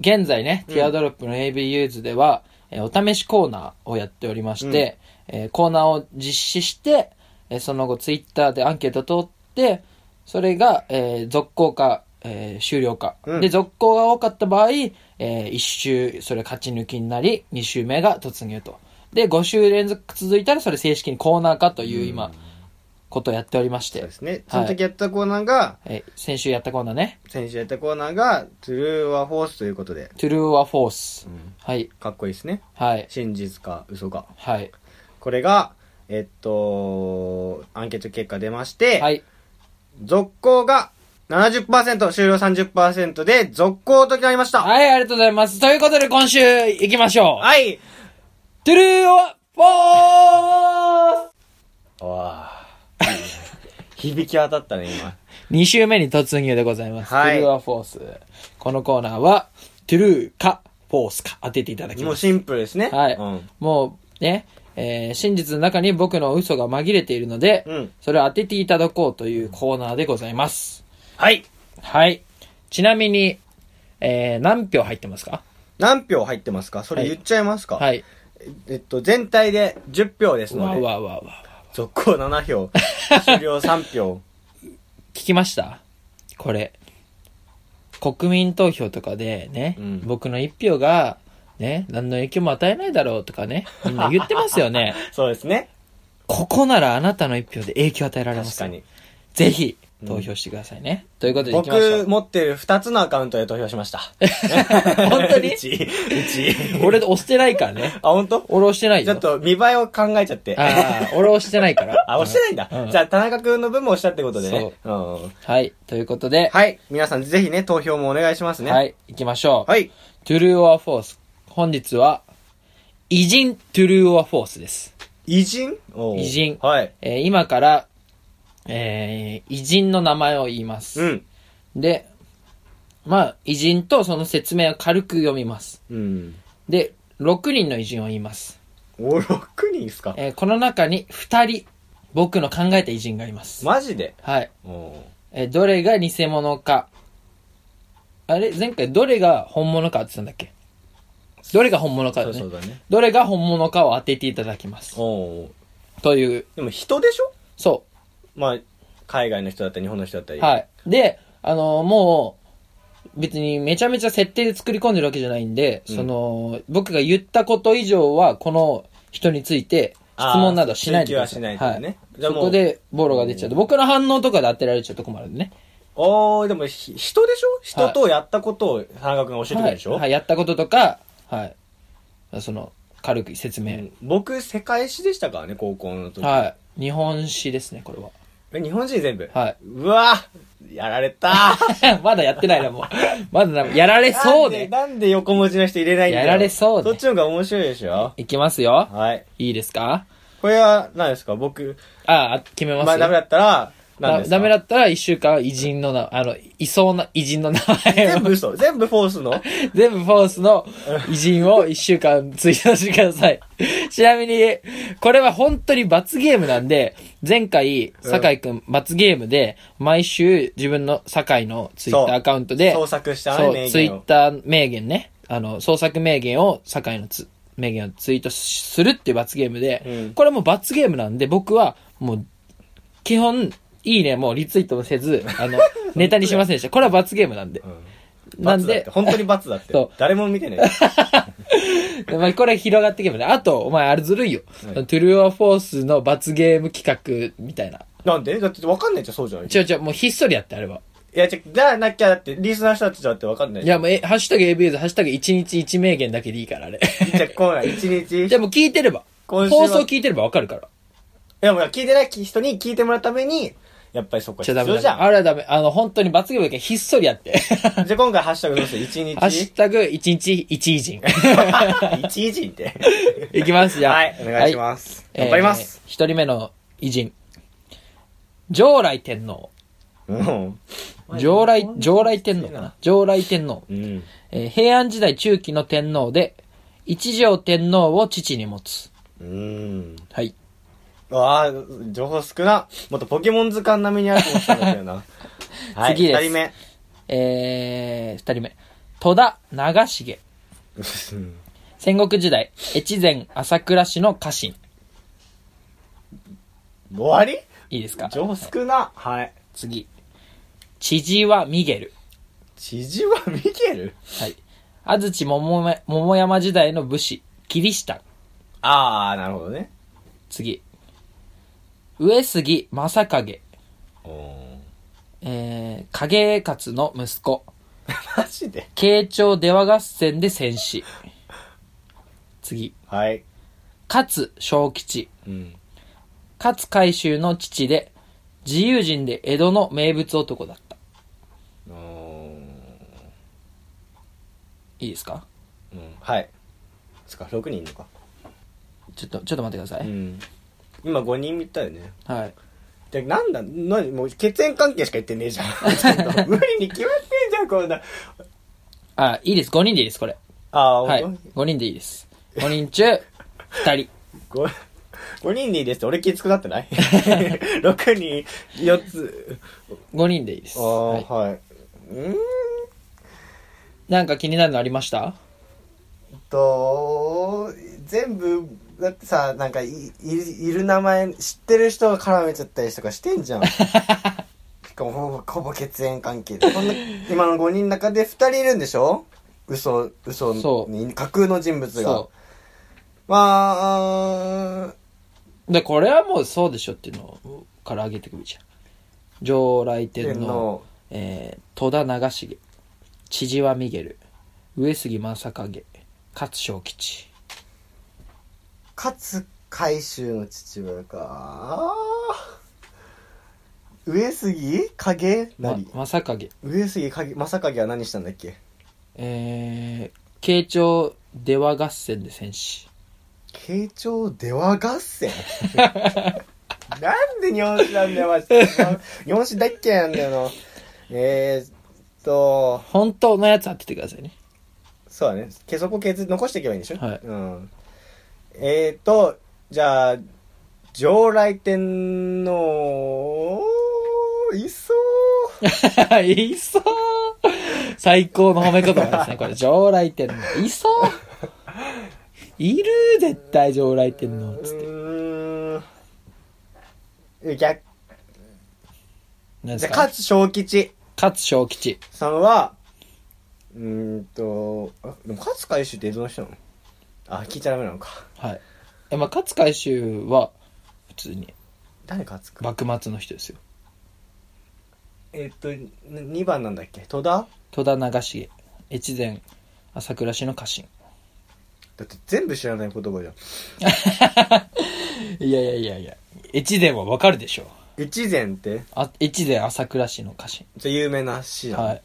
[SPEAKER 2] 現在ね、ティアドロップの AB ユーズでは、えーお試しコーナーをやっておりまして、えーコーナーを実施して、えーその後ツイッターでアンケートを取って、それが、えー続行か、えー終了か、
[SPEAKER 1] うん
[SPEAKER 2] で、続行が多かった場合、え1周、それ勝ち抜きになり、2周目が突入と。で、5週連続続いたら、それ正式にコーナー化という今、ことをやっておりまし
[SPEAKER 1] そう
[SPEAKER 2] て
[SPEAKER 1] で、すね。そ
[SPEAKER 2] はい
[SPEAKER 1] の時やったコーナーが、
[SPEAKER 2] えー先週やったコーナーね、
[SPEAKER 1] 先週やったコーナーが、トゥルーはフォースということで、
[SPEAKER 2] トゥルーはフォース。
[SPEAKER 1] ん
[SPEAKER 2] はい、
[SPEAKER 1] かっこいいですね。
[SPEAKER 2] はい。
[SPEAKER 1] 真実か嘘か。
[SPEAKER 2] はい。
[SPEAKER 1] これが、えっと、アンケート結果出まして、
[SPEAKER 2] はい。
[SPEAKER 1] 続行が70%、終了30%で続行となりました。はい。
[SPEAKER 2] はい、ありがとうございます。ということで今週行きましょう。トゥルーオフォー
[SPEAKER 1] わ響き渡ったね、今。
[SPEAKER 2] !2 週目に突入でございます。
[SPEAKER 1] はい
[SPEAKER 2] トゥルーオアフォース。このコーナーは、トゥルーか、フォースか当てていただき
[SPEAKER 1] も
[SPEAKER 2] ま
[SPEAKER 1] う
[SPEAKER 2] す。
[SPEAKER 1] シンプルですね。
[SPEAKER 2] はい。
[SPEAKER 1] うん。
[SPEAKER 2] もう、ね、えー真実の中に僕の嘘が紛れているので、
[SPEAKER 1] うん
[SPEAKER 2] それを当てていただこうというコーナーでございます。
[SPEAKER 1] はい。
[SPEAKER 2] はい。ちなみに、えー何票入ってますか
[SPEAKER 1] 何票入ってますかそれ言っちゃいますか
[SPEAKER 2] はい。
[SPEAKER 1] えっと、全体で10票です
[SPEAKER 2] うわ
[SPEAKER 1] の
[SPEAKER 2] う
[SPEAKER 1] で、
[SPEAKER 2] わうわうわ。
[SPEAKER 1] 続行7票、終了3票。
[SPEAKER 2] 聞きましたこれ。国民投票とかでね、
[SPEAKER 1] うん
[SPEAKER 2] 僕の一票が、ね、何の影響も与えないだろうとかね、みん な言ってますよね。
[SPEAKER 1] そうですね。
[SPEAKER 2] ここならあなたの一票で影響与えられま
[SPEAKER 1] 確
[SPEAKER 2] す。
[SPEAKER 1] かに。
[SPEAKER 2] ぜひ、投票してくださいね。ということで、行きましょ
[SPEAKER 1] 僕
[SPEAKER 2] う。
[SPEAKER 1] 持ってる2つのアカウントで投票しました。
[SPEAKER 2] 本 当に
[SPEAKER 1] うち、うち。
[SPEAKER 2] 俺押してないからね。
[SPEAKER 1] あ、本当？
[SPEAKER 2] 俺押してない
[SPEAKER 1] ち
[SPEAKER 2] よ。
[SPEAKER 1] ょっと見栄えを考えちゃって。
[SPEAKER 2] ああ、俺押してないから。
[SPEAKER 1] あ、押してないんだ。
[SPEAKER 2] うん
[SPEAKER 1] じゃあ、田中君の分も押したってことでね。うん
[SPEAKER 2] はい。ということで、
[SPEAKER 1] はい。皆さん、ぜひね、投票もお願いしますね。。
[SPEAKER 2] はいい。行きましょう。
[SPEAKER 1] はい。
[SPEAKER 2] トゥルーオアフォース。本日は、偉人トゥルーオアフォースです。
[SPEAKER 1] 偉人おう
[SPEAKER 2] 偉人
[SPEAKER 1] はい。
[SPEAKER 2] えー今から、えー偉人の名前を言います。
[SPEAKER 1] うん。
[SPEAKER 2] で、まあ、偉人とその説明を軽く読みます。
[SPEAKER 1] うん。
[SPEAKER 2] で、6人の偉人を言います。
[SPEAKER 1] お、6人っすか
[SPEAKER 2] えーこの中に2人、僕の考えた偉人がいます。
[SPEAKER 1] マジで
[SPEAKER 2] はい。
[SPEAKER 1] おう
[SPEAKER 2] えーどれが偽物か。あれ前回どれが本物かって言ったんだっけどれが本物か
[SPEAKER 1] そ
[SPEAKER 2] だ
[SPEAKER 1] う
[SPEAKER 2] ね
[SPEAKER 1] そうだね。
[SPEAKER 2] どれが本物かを当てていただきます。
[SPEAKER 1] おう
[SPEAKER 2] という、
[SPEAKER 1] でも人でしょ
[SPEAKER 2] そ
[SPEAKER 1] まあ、海外の人だったり、日本の人だった
[SPEAKER 2] う。
[SPEAKER 1] り。
[SPEAKER 2] はい。で、あのーもう、別にめちゃめちゃ設定で作り込んでるわけじゃないんで、
[SPEAKER 1] うん
[SPEAKER 2] その、僕が言ったこと以上は、この人について、質
[SPEAKER 1] あー
[SPEAKER 2] 問などしないでください。
[SPEAKER 1] 追求はしないでね
[SPEAKER 2] はい
[SPEAKER 1] じゃあ
[SPEAKER 2] そ
[SPEAKER 1] もう
[SPEAKER 2] こで、ボロが出ちゃうと。僕の反応とかで当てられちゃうと困るんでね。
[SPEAKER 1] おー、でもひ、人でしょ人とやったことを田中君が教えてくれるでしょ、
[SPEAKER 2] はい、はいやったこととか、はい。その、軽く説
[SPEAKER 1] う
[SPEAKER 2] 明。
[SPEAKER 1] ん僕、世界史でしたからね、高校の時。
[SPEAKER 2] はい。日本史ですね、これは。
[SPEAKER 1] え日本人全部。
[SPEAKER 2] はいう
[SPEAKER 1] わやられた
[SPEAKER 2] まだやってないな、もう。 まだな、やられ そうね。
[SPEAKER 1] なんでなんで横文字の人入れないんだよ
[SPEAKER 2] やられそうね
[SPEAKER 1] そっちの方が面白いでしょ
[SPEAKER 2] いきますよ。
[SPEAKER 1] はい。
[SPEAKER 2] いいですか
[SPEAKER 1] これは、何ですか僕、
[SPEAKER 2] ああ、決めます。
[SPEAKER 1] まあダメだったら、何
[SPEAKER 2] だ
[SPEAKER 1] ですか
[SPEAKER 2] ダメだったら、一週間は偉人の名、あの、いそうな偉人の名前
[SPEAKER 1] 全
[SPEAKER 2] を、
[SPEAKER 1] 部嘘。全部フォースの
[SPEAKER 2] 全部フォー スの偉人を一週間ツイートしてください。 ちなみに、これは本当に罰ゲームなんで、前回、酒井くん罰ゲームで、毎週自分の酒井のツイッターアカウントで、
[SPEAKER 1] 創作したね、
[SPEAKER 2] そう、
[SPEAKER 1] 名
[SPEAKER 2] ツイ
[SPEAKER 1] 言
[SPEAKER 2] ッ
[SPEAKER 1] を。
[SPEAKER 2] ター名言ね。あの、創作名言を、酒井のつ名言をツイートするっていう罰ゲームで、
[SPEAKER 1] うん
[SPEAKER 2] これもう罰ゲームなんで、僕は、もう、基本、いいねもリツイートもせず、あの、ネタにしませんでした。これは罰ゲームなんで。
[SPEAKER 1] うん
[SPEAKER 2] なん
[SPEAKER 1] 罰だっ
[SPEAKER 2] で
[SPEAKER 1] て、本当に罰だっ
[SPEAKER 2] そう
[SPEAKER 1] て。誰も見てない。
[SPEAKER 2] まあ、これ広がっていけばね。あと、お前、あれずるいよ。
[SPEAKER 1] はい
[SPEAKER 2] トゥルーアフォースの罰ゲーム企画みたいな。
[SPEAKER 1] なんでだって分かんないじゃん、そうじゃない。
[SPEAKER 2] 違う違う、もうひっそりやって、あれは。
[SPEAKER 1] いや、じゃ、じゃなきゃだって、リスナーしたちだって分かんない
[SPEAKER 2] い
[SPEAKER 1] じゃ
[SPEAKER 2] や、
[SPEAKER 1] ん。
[SPEAKER 2] もう、え、ハッシュタグ ABS、ハッシュタグ1日1名言だけでいい から、あれ。
[SPEAKER 1] じゃ、今夜、一日。
[SPEAKER 2] でも聞いてれば。放
[SPEAKER 1] 今週は
[SPEAKER 2] 送聞いてればわかるから。
[SPEAKER 1] いや、もう聞いてない人に聞いてもらうために、やっぱりそこは必
[SPEAKER 2] ちょ、ダメ
[SPEAKER 1] 要
[SPEAKER 2] だ
[SPEAKER 1] じ
[SPEAKER 2] ね。
[SPEAKER 1] ゃん。
[SPEAKER 2] あれはダメ。あの、本当に罰ゲームだけどひっそりやって。
[SPEAKER 1] じゃあ今回ハッシュタグどうする 一日
[SPEAKER 2] ハッシュタグ、1日1偉人。
[SPEAKER 1] 一偉人って。
[SPEAKER 2] いきます、じゃあ。
[SPEAKER 1] はい、お願いし
[SPEAKER 2] は
[SPEAKER 1] ます。頑張ります。。
[SPEAKER 2] えー一、人目の偉人。上来天皇。
[SPEAKER 1] うん。
[SPEAKER 2] 上来、上来天皇かな。上来天皇。
[SPEAKER 1] うん。
[SPEAKER 2] えー平安時代中期の天皇で、一条天皇を父に持つ。
[SPEAKER 1] うん。
[SPEAKER 2] はい。
[SPEAKER 1] わあ、情報少な。もっとポケモン図鑑並みにあると思ってたんだけど な。はい、
[SPEAKER 2] 次です
[SPEAKER 1] 二人目。
[SPEAKER 2] えー、二人目。戸田長重。戦国時代、越前朝倉氏の家臣。
[SPEAKER 1] 終わり
[SPEAKER 2] いいですか
[SPEAKER 1] 情報少な。はい。
[SPEAKER 2] 次。千々和ミゲル。
[SPEAKER 1] 知事はミケル
[SPEAKER 2] はい。安土桃山桃山時代の武士、キリシタン。
[SPEAKER 1] あー、なるほどね。
[SPEAKER 2] 次。上杉正景。
[SPEAKER 1] お
[SPEAKER 2] えー、影勝の息子。
[SPEAKER 1] マジで
[SPEAKER 2] 慶長出羽合戦で戦死。次。
[SPEAKER 1] はい。
[SPEAKER 2] 勝小吉。
[SPEAKER 1] うん。
[SPEAKER 2] 勝海舟の父で、自由人で江戸の名物男だった。いいですか
[SPEAKER 1] うん、はい。つか、6人いるのか。
[SPEAKER 2] ちょっと、ちょっと待ってください。
[SPEAKER 1] ん。今5人見たよね。
[SPEAKER 2] はい。
[SPEAKER 1] じゃ、なんだ、なに、もう血縁関係しか言ってねえ じゃん。無理に決まってんじゃん、こんな。
[SPEAKER 2] あ、いいです。5人でいいです、これ。
[SPEAKER 1] あー、
[SPEAKER 2] はい。
[SPEAKER 1] 本
[SPEAKER 2] 5人でいいです。5人中、2人。
[SPEAKER 1] 当ご ?5 人でいいですって、俺きつくなってない ?6 人、4つ。
[SPEAKER 2] 5人でいいです。
[SPEAKER 1] あ
[SPEAKER 2] は
[SPEAKER 1] ー、
[SPEAKER 2] い
[SPEAKER 1] はい。うーん
[SPEAKER 2] なんか気になるのありました
[SPEAKER 1] と、全部、だってさ、なんかい、いいる名前、知ってる人が絡めちゃったりとかしてんじゃ ん。しかもほぼ、ほぼ血縁関係で。こんな、今の5人の中で2人いるんでしょ嘘、嘘
[SPEAKER 2] そ
[SPEAKER 1] に、架空の人物が
[SPEAKER 2] そ。
[SPEAKER 1] まあ、
[SPEAKER 2] う。で、これはもうそうでしょっていうのから上げてくるじゃん。上来天
[SPEAKER 1] 天
[SPEAKER 2] 皇、
[SPEAKER 1] 皇。
[SPEAKER 2] えー戸田長重、千々和ミゲル、上杉正景、勝正吉。
[SPEAKER 1] 勝海舟の父親か。上杉影
[SPEAKER 2] ま
[SPEAKER 1] 何、、
[SPEAKER 2] 正景、
[SPEAKER 1] 上杉影、正影は何したんだっけ
[SPEAKER 2] えー、慶長出羽合戦で戦死。
[SPEAKER 1] 慶長出羽合 戦なんで日本史なんだよ、マジで。日本史だっけなんだよな。えー、っと、
[SPEAKER 2] 本当のやつ当ててくださいね。
[SPEAKER 1] そうだね。ケソコケツ残していけばいいんでしょ
[SPEAKER 2] はい
[SPEAKER 1] うん。えー、っと、じゃあ、上来天皇、いそう。
[SPEAKER 2] いそう最高の褒め言葉ですね、これ。常来天皇。いそういる絶対常来天皇。
[SPEAKER 1] う
[SPEAKER 2] つって。
[SPEAKER 1] ーん。え逆
[SPEAKER 2] なん
[SPEAKER 1] じゃあ、
[SPEAKER 2] ですか
[SPEAKER 1] 勝小吉
[SPEAKER 2] 勝正吉。
[SPEAKER 1] さんは、うーんと、あでも勝海舟ってどの人なのあ、聞いちゃダメなのか。
[SPEAKER 2] はい。え、まあ、勝海舟は、普通に、
[SPEAKER 1] 誰勝つか。
[SPEAKER 2] 幕末の人ですよ。
[SPEAKER 1] えっと、2番なんだっけ戸田
[SPEAKER 2] 戸田長重、越前、朝倉氏の家臣。
[SPEAKER 1] だって全部知らない言葉じゃん。
[SPEAKER 2] いやいやいやいや、越前はわかるでしょう。
[SPEAKER 1] 越前って、
[SPEAKER 2] あ越前朝倉氏の家臣。
[SPEAKER 1] じゃあ有名な詩なの。
[SPEAKER 2] はい。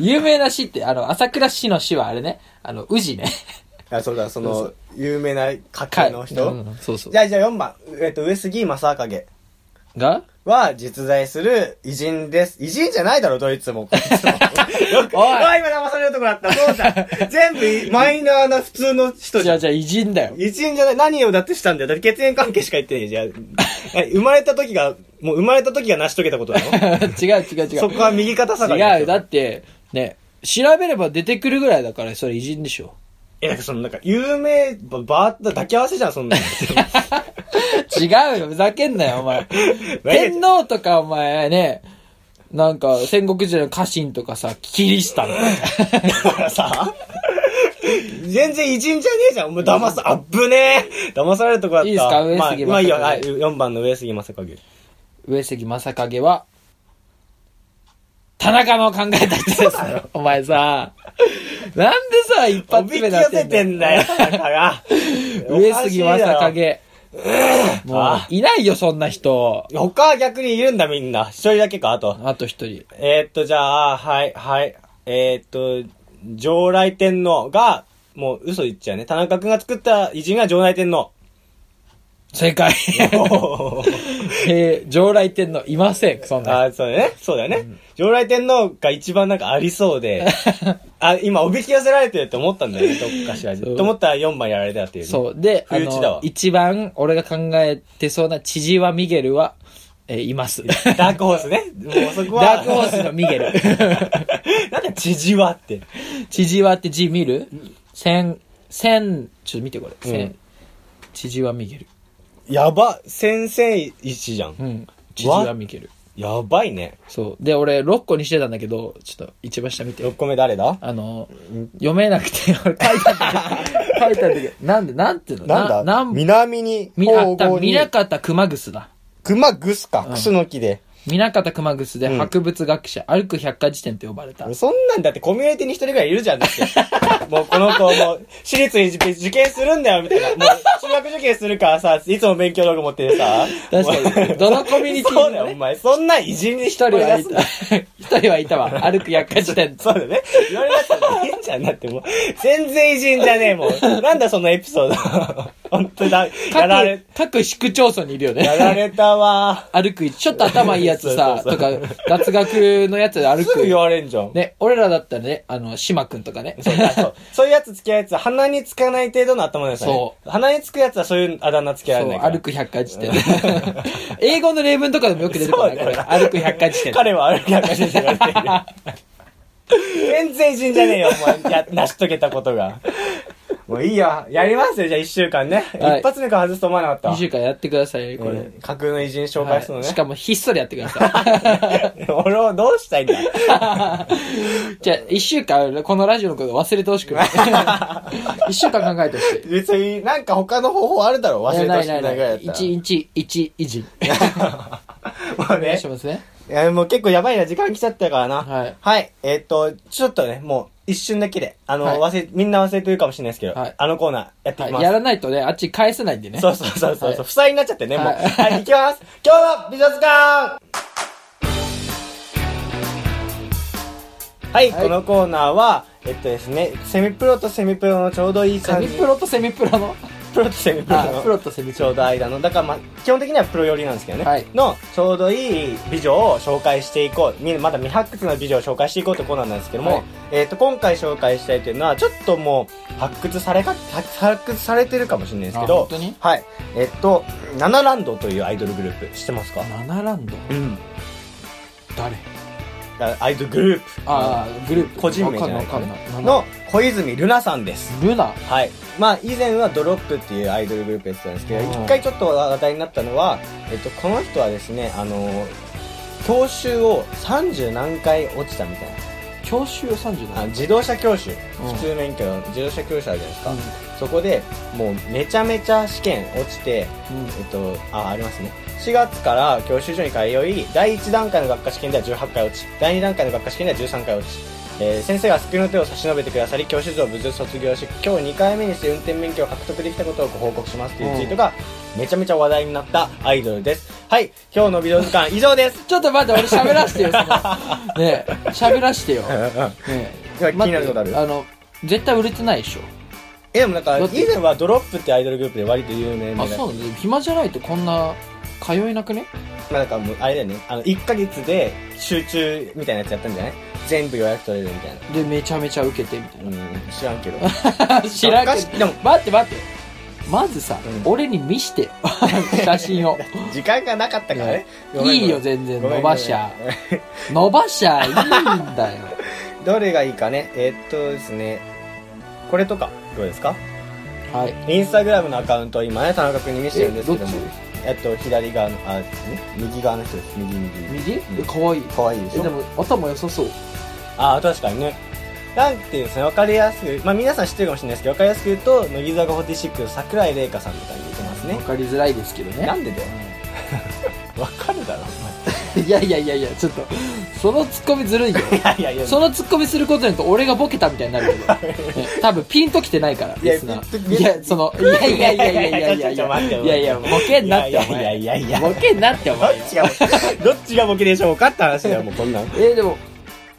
[SPEAKER 2] 有名な詩って、あの、朝倉氏の詩はあれね、あの、宇治 ね。
[SPEAKER 1] あ、そうだ、そ
[SPEAKER 2] そ
[SPEAKER 1] の
[SPEAKER 2] う、
[SPEAKER 1] 有名な家系の
[SPEAKER 2] うんう
[SPEAKER 1] 人
[SPEAKER 2] ん。うんそうそう
[SPEAKER 1] じ。ゃあ、じゃあ4番。えっと、上杉正景
[SPEAKER 2] が
[SPEAKER 1] は実在する偉人です。偉人じゃないだろ、ドイツも。こいつ もよく、
[SPEAKER 2] おい
[SPEAKER 1] あ、今騙されるとこだった。そうじゃん。全部、マイナーな普通の人じ
[SPEAKER 2] じゃ
[SPEAKER 1] ゃん
[SPEAKER 2] あ、じゃあ、偉人だよ。
[SPEAKER 1] 一人じゃない、何をだってしたんだよ。だって血縁関係しか言ってないじゃ ん。え生まれた時が、もう生まれた時が成し遂げたことなの
[SPEAKER 2] 違う違う違
[SPEAKER 1] そうこ。は右肩下がり
[SPEAKER 2] 違う、だ
[SPEAKER 1] だ。
[SPEAKER 2] って、ね、調べれば出てくるぐらいだから、それ偉人でしょ。
[SPEAKER 1] え、なんかそのなんか、有名、ば、ば、抱き合わせじゃん、そんなの。
[SPEAKER 2] 違うよ、ふざけんなよ、お前。天皇とか、お前ね、なんか、戦国時代の家臣とかさ、キリシタンとか
[SPEAKER 1] だからさ、全然偉人じゃねえじゃん。お前騙さ、あっぶねえ。騙されるとこだった。
[SPEAKER 2] いいですか上杉
[SPEAKER 1] まあ、まあいいよ。は
[SPEAKER 2] 正
[SPEAKER 1] い、
[SPEAKER 2] 景
[SPEAKER 1] 4番の上杉正景。
[SPEAKER 2] 上杉正景は、田中の考えた人ですよ。お前さ、なんでさ、一
[SPEAKER 1] お
[SPEAKER 2] 発
[SPEAKER 1] びき
[SPEAKER 2] 目
[SPEAKER 1] 寄
[SPEAKER 2] だって
[SPEAKER 1] せてんだよ、だから。
[SPEAKER 2] 上杉正
[SPEAKER 1] おかしいだろ。
[SPEAKER 2] 景。もう、いないよ、そんな人。
[SPEAKER 1] 他は逆にいるんだ、みんな。一人だけか、あと。
[SPEAKER 2] あと一人。
[SPEAKER 1] えーっと、じゃあ、はい、はい。えーっと、上来天皇が、もう嘘言っちゃうね。田中君が作った偉人が上来天 皇。
[SPEAKER 2] 正解。
[SPEAKER 1] おー
[SPEAKER 2] えー、常来天皇いません、そんな。
[SPEAKER 1] あーそうだね。そうだよね。上来天皇が一番なんかありそう で、あ、今おびき寄せられてるって思ったんだよね、どっかしらで。
[SPEAKER 2] そう
[SPEAKER 1] と思ったら4枚やられたっていう、ね。
[SPEAKER 2] そう。で、あ
[SPEAKER 1] 不意打ちだわ
[SPEAKER 2] の、一番俺が考えてそうな千々和ミゲルは、えーいます。ダ
[SPEAKER 1] ダークホースね。もうそこは。
[SPEAKER 2] ークホースのミゲル。
[SPEAKER 1] なんか縮わって。
[SPEAKER 2] 千々和って字見る千、千、ちょっと見てこれ。
[SPEAKER 1] う
[SPEAKER 2] 千
[SPEAKER 1] ん。
[SPEAKER 2] 千々和ミゲル。
[SPEAKER 1] やば、先生一じゃん
[SPEAKER 2] う。ん。千々和ミゲル。
[SPEAKER 1] やばいね。
[SPEAKER 2] そう。で、俺6個にしてたんだけど、ちょっと一番下見て。
[SPEAKER 1] 6個目誰だ
[SPEAKER 2] あの、読めなくて、 俺書いたんだ けど、書いたんだけど、なんで、なんていうの
[SPEAKER 1] なんだ
[SPEAKER 2] なん、
[SPEAKER 1] 南に、
[SPEAKER 2] み、あ、た
[SPEAKER 1] 方々に
[SPEAKER 2] 見なかった熊楠だ。
[SPEAKER 1] 熊ぐすか、
[SPEAKER 2] うん
[SPEAKER 1] クスの木で。
[SPEAKER 2] 南方熊楠で
[SPEAKER 1] うん
[SPEAKER 2] 博物学者、歩く百科事典と呼ばれた。
[SPEAKER 1] そんなんだってコミュニティに一人ぐらいいる じゃん、だって。もうこの子もう、私立に受受験するんだよ、みたいな。もう、中学受験するからさ、いつも勉強道具持っててさ。
[SPEAKER 2] 確かに。どのコミュニティ
[SPEAKER 1] そうだ
[SPEAKER 2] にも
[SPEAKER 1] よ、お
[SPEAKER 2] ね
[SPEAKER 1] 前。そんな偉人に一
[SPEAKER 2] 一人
[SPEAKER 1] 人は
[SPEAKER 2] はい
[SPEAKER 1] い
[SPEAKER 2] た。一人はいたわ。歩く百科事典。
[SPEAKER 1] そうだね。言われなくていいんじゃんだってもう、全然偉人じゃねえもん。なんだそのエピソード。 本当だ。やられ
[SPEAKER 2] 各、、各市区町村にいるよ
[SPEAKER 1] やら
[SPEAKER 2] ね。
[SPEAKER 1] れたわ。
[SPEAKER 2] 歩く、ちょっと頭いいやつ さ、
[SPEAKER 1] そうそ
[SPEAKER 2] とか
[SPEAKER 1] うそう、
[SPEAKER 2] 脱学のやつで歩
[SPEAKER 1] すぐ言
[SPEAKER 2] く。
[SPEAKER 1] われんじゃん。
[SPEAKER 2] ね、俺らだったらね、あの、島くんとかね。
[SPEAKER 1] そうそうそういうやつつけるやつは鼻につかない程度の頭の良さね。。
[SPEAKER 2] そう
[SPEAKER 1] 鼻につくやつはそういうあだ名つけら
[SPEAKER 2] そ
[SPEAKER 1] れ
[SPEAKER 2] う
[SPEAKER 1] ないから。
[SPEAKER 2] 歩く百科事典。 英語の例文とかでもよく出てこない、
[SPEAKER 1] そ
[SPEAKER 2] こ
[SPEAKER 1] うだ
[SPEAKER 2] れ。
[SPEAKER 1] よ
[SPEAKER 2] 歩く百科事典。
[SPEAKER 1] 彼は歩くやかしに言われて いる。全然偉人じゃねえよ、お前。や、成し遂げたことが。もういいよ。やりますよ、じゃあ一週間ね。
[SPEAKER 2] はい
[SPEAKER 1] 一発目から外すと思わなかったわ。
[SPEAKER 2] 2週間やってください、これ。
[SPEAKER 1] えー架空の偉人紹介するの
[SPEAKER 2] は
[SPEAKER 1] ね。
[SPEAKER 2] いしかもひっそりやってくださ
[SPEAKER 1] 俺をどうしたいんだ
[SPEAKER 2] い。じゃあ、一週間、このラジオのこと忘れてほし くない。一週間考えてほしい。
[SPEAKER 1] 別になんか他の方法あるだろう忘れてほしくないぐらいだった
[SPEAKER 2] 一日一維持。
[SPEAKER 1] ら。 もう
[SPEAKER 2] お願い
[SPEAKER 1] ね
[SPEAKER 2] し。ますね。
[SPEAKER 1] いや、もう結構やばいな、時間来ちゃったからな。
[SPEAKER 2] はい
[SPEAKER 1] えっと、ちょっとね、もう一瞬だけで、あの、
[SPEAKER 2] はい
[SPEAKER 1] 忘れ、みんな忘れてるかもしれないですけど、
[SPEAKER 2] はい
[SPEAKER 1] あのコーナーやっていきま
[SPEAKER 2] は
[SPEAKER 1] す。
[SPEAKER 2] いやらないとね、あっち返せないんでね。
[SPEAKER 1] そうそうそうそう、
[SPEAKER 2] はい
[SPEAKER 1] 負債になっちゃってね、もう。
[SPEAKER 2] はい
[SPEAKER 1] はい、行きます今日の美術館はい、
[SPEAKER 2] はい
[SPEAKER 1] このコーナーは、えっとですね、セミプロとセミプロのちょうどいい
[SPEAKER 2] セ
[SPEAKER 1] 感
[SPEAKER 2] ミ
[SPEAKER 1] じ。
[SPEAKER 2] プロとセミプロの。
[SPEAKER 1] プロとセミプロ
[SPEAKER 2] あ
[SPEAKER 1] の、
[SPEAKER 2] プロとセミ
[SPEAKER 1] ち
[SPEAKER 2] プ
[SPEAKER 1] ょ
[SPEAKER 2] ロ。
[SPEAKER 1] うど間の、だからまあ、基本的にはプロ寄りなんですけどね、
[SPEAKER 2] はい
[SPEAKER 1] のちょうどいい美女を紹介していこう、みまだ未発掘の美女を紹介していこうというコーナーなんですけども、
[SPEAKER 2] はい
[SPEAKER 1] えっ、と、今回紹介したいというのは、ちょっともう、発掘されか、発発掘されてるかもしれないですけ
[SPEAKER 2] あ
[SPEAKER 1] ど
[SPEAKER 2] 本、当に
[SPEAKER 1] はい。えっと、ナナランドというアイドルグループ、知ってますか
[SPEAKER 2] ナナランド
[SPEAKER 1] うん。
[SPEAKER 2] 誰
[SPEAKER 1] あアイドルグループ。
[SPEAKER 2] ああ、グループ。
[SPEAKER 1] 個人名じゃない
[SPEAKER 2] わかんないわかんない。
[SPEAKER 1] の小泉ルナさんです。
[SPEAKER 2] ルナ。
[SPEAKER 1] はい。まあ、以前はドロップっていうアイドルグループやってたんですけど、
[SPEAKER 2] うん
[SPEAKER 1] 一回ちょっと話題になったのは、えっと、この人はですね、あの、教習を30何回落ちたみたい
[SPEAKER 2] 教習
[SPEAKER 1] な。あ
[SPEAKER 2] 37。
[SPEAKER 1] 自動車教習。
[SPEAKER 2] うん
[SPEAKER 1] 普通免許の自動車教習あるじゃないですか。
[SPEAKER 2] うん
[SPEAKER 1] そこで、もうめちゃめちゃ試験落ちて、
[SPEAKER 2] うん
[SPEAKER 1] えっと、あ、ありますね。4月から教習所に通い、第1段階の学科試験では18回落ち、第2段階の学科試験では13回落ち、えー先生が救いの手を差し伸べてくださり、教習所を無事卒業し、今日2回目にして運転免許を獲得できたことをご報告しますというツイートが、めちゃめちゃ話題になったアイドルです。はい、今日のビデオ時間以上です。
[SPEAKER 2] ちょっと待って、俺喋らして よ、そのねえ、喋らしてよ。ね
[SPEAKER 1] や
[SPEAKER 2] え
[SPEAKER 1] 気になることある
[SPEAKER 2] 待ってあの、絶対売れてないでしょ。
[SPEAKER 1] え、でもなんか、
[SPEAKER 2] だ
[SPEAKER 1] 以
[SPEAKER 2] って
[SPEAKER 1] 前はドロップってアイドルグループで割と有名な
[SPEAKER 2] あ、そうなんだ。暇じゃないとこんな、通えなくね
[SPEAKER 1] まあなんかもう、あれだよね、あの、1ヶ月で集中みたいなやつやったんじゃない全部予約取れるみたいな。
[SPEAKER 2] で、めちゃめちゃ受けて、みたい
[SPEAKER 1] うん、知らんけど。
[SPEAKER 2] な。知らん
[SPEAKER 1] おか
[SPEAKER 2] け
[SPEAKER 1] しいでも
[SPEAKER 2] ど。待って待って。まずさ、
[SPEAKER 1] うん
[SPEAKER 2] 俺に見してよ 写真を。
[SPEAKER 1] 時間がなかったからね。ごめん
[SPEAKER 2] いい
[SPEAKER 1] ごめ
[SPEAKER 2] よ、
[SPEAKER 1] ん
[SPEAKER 2] 全然。
[SPEAKER 1] ごめん
[SPEAKER 2] 伸ばしゃ。伸ばしゃ、いいんだよ。
[SPEAKER 1] どれがいいかね。えーっとですね。これとか、どうですか
[SPEAKER 2] はい。
[SPEAKER 1] インスタグラムのアカウントを今ね、田中君に見せてるんですけども
[SPEAKER 2] え
[SPEAKER 1] え
[SPEAKER 2] どっ。
[SPEAKER 1] っと、左側の、あ、ん右側の人です。右、右。
[SPEAKER 2] 右
[SPEAKER 1] うん
[SPEAKER 2] かわいい。
[SPEAKER 1] かわいいでし
[SPEAKER 2] え、で
[SPEAKER 1] ょ
[SPEAKER 2] も、頭良さそう。
[SPEAKER 1] あー、確かにね。なんていうんですね、わかりやすく、まあ皆さん知ってるかもしれないですけど、わかりやすく言うと、乃木坂46の桜井玲香さんみたいに言ってます
[SPEAKER 2] わ
[SPEAKER 1] ね。
[SPEAKER 2] かりづらいですけどね。
[SPEAKER 1] なんでだよ。 わかるだろ。
[SPEAKER 2] いやいやいやいや、ちょっと、そのツッコミず るいよ。
[SPEAKER 1] いやいやいや。
[SPEAKER 2] そのツッコミすることによって俺がボケたみたいになる けど、ね多分ピンときてないから、
[SPEAKER 1] いや
[SPEAKER 2] リスナー。
[SPEAKER 1] ピンと
[SPEAKER 2] いや、その、いやいやいやいやいやいやい
[SPEAKER 1] ちょっと待って
[SPEAKER 2] や、いやいや、ボケんなってお前。
[SPEAKER 1] いやいやいやいや
[SPEAKER 2] ボケんなってお
[SPEAKER 1] どっ
[SPEAKER 2] 前。
[SPEAKER 1] ちが、どっちがボケで しょうかって話だよ、もうこんなん。
[SPEAKER 2] えでも、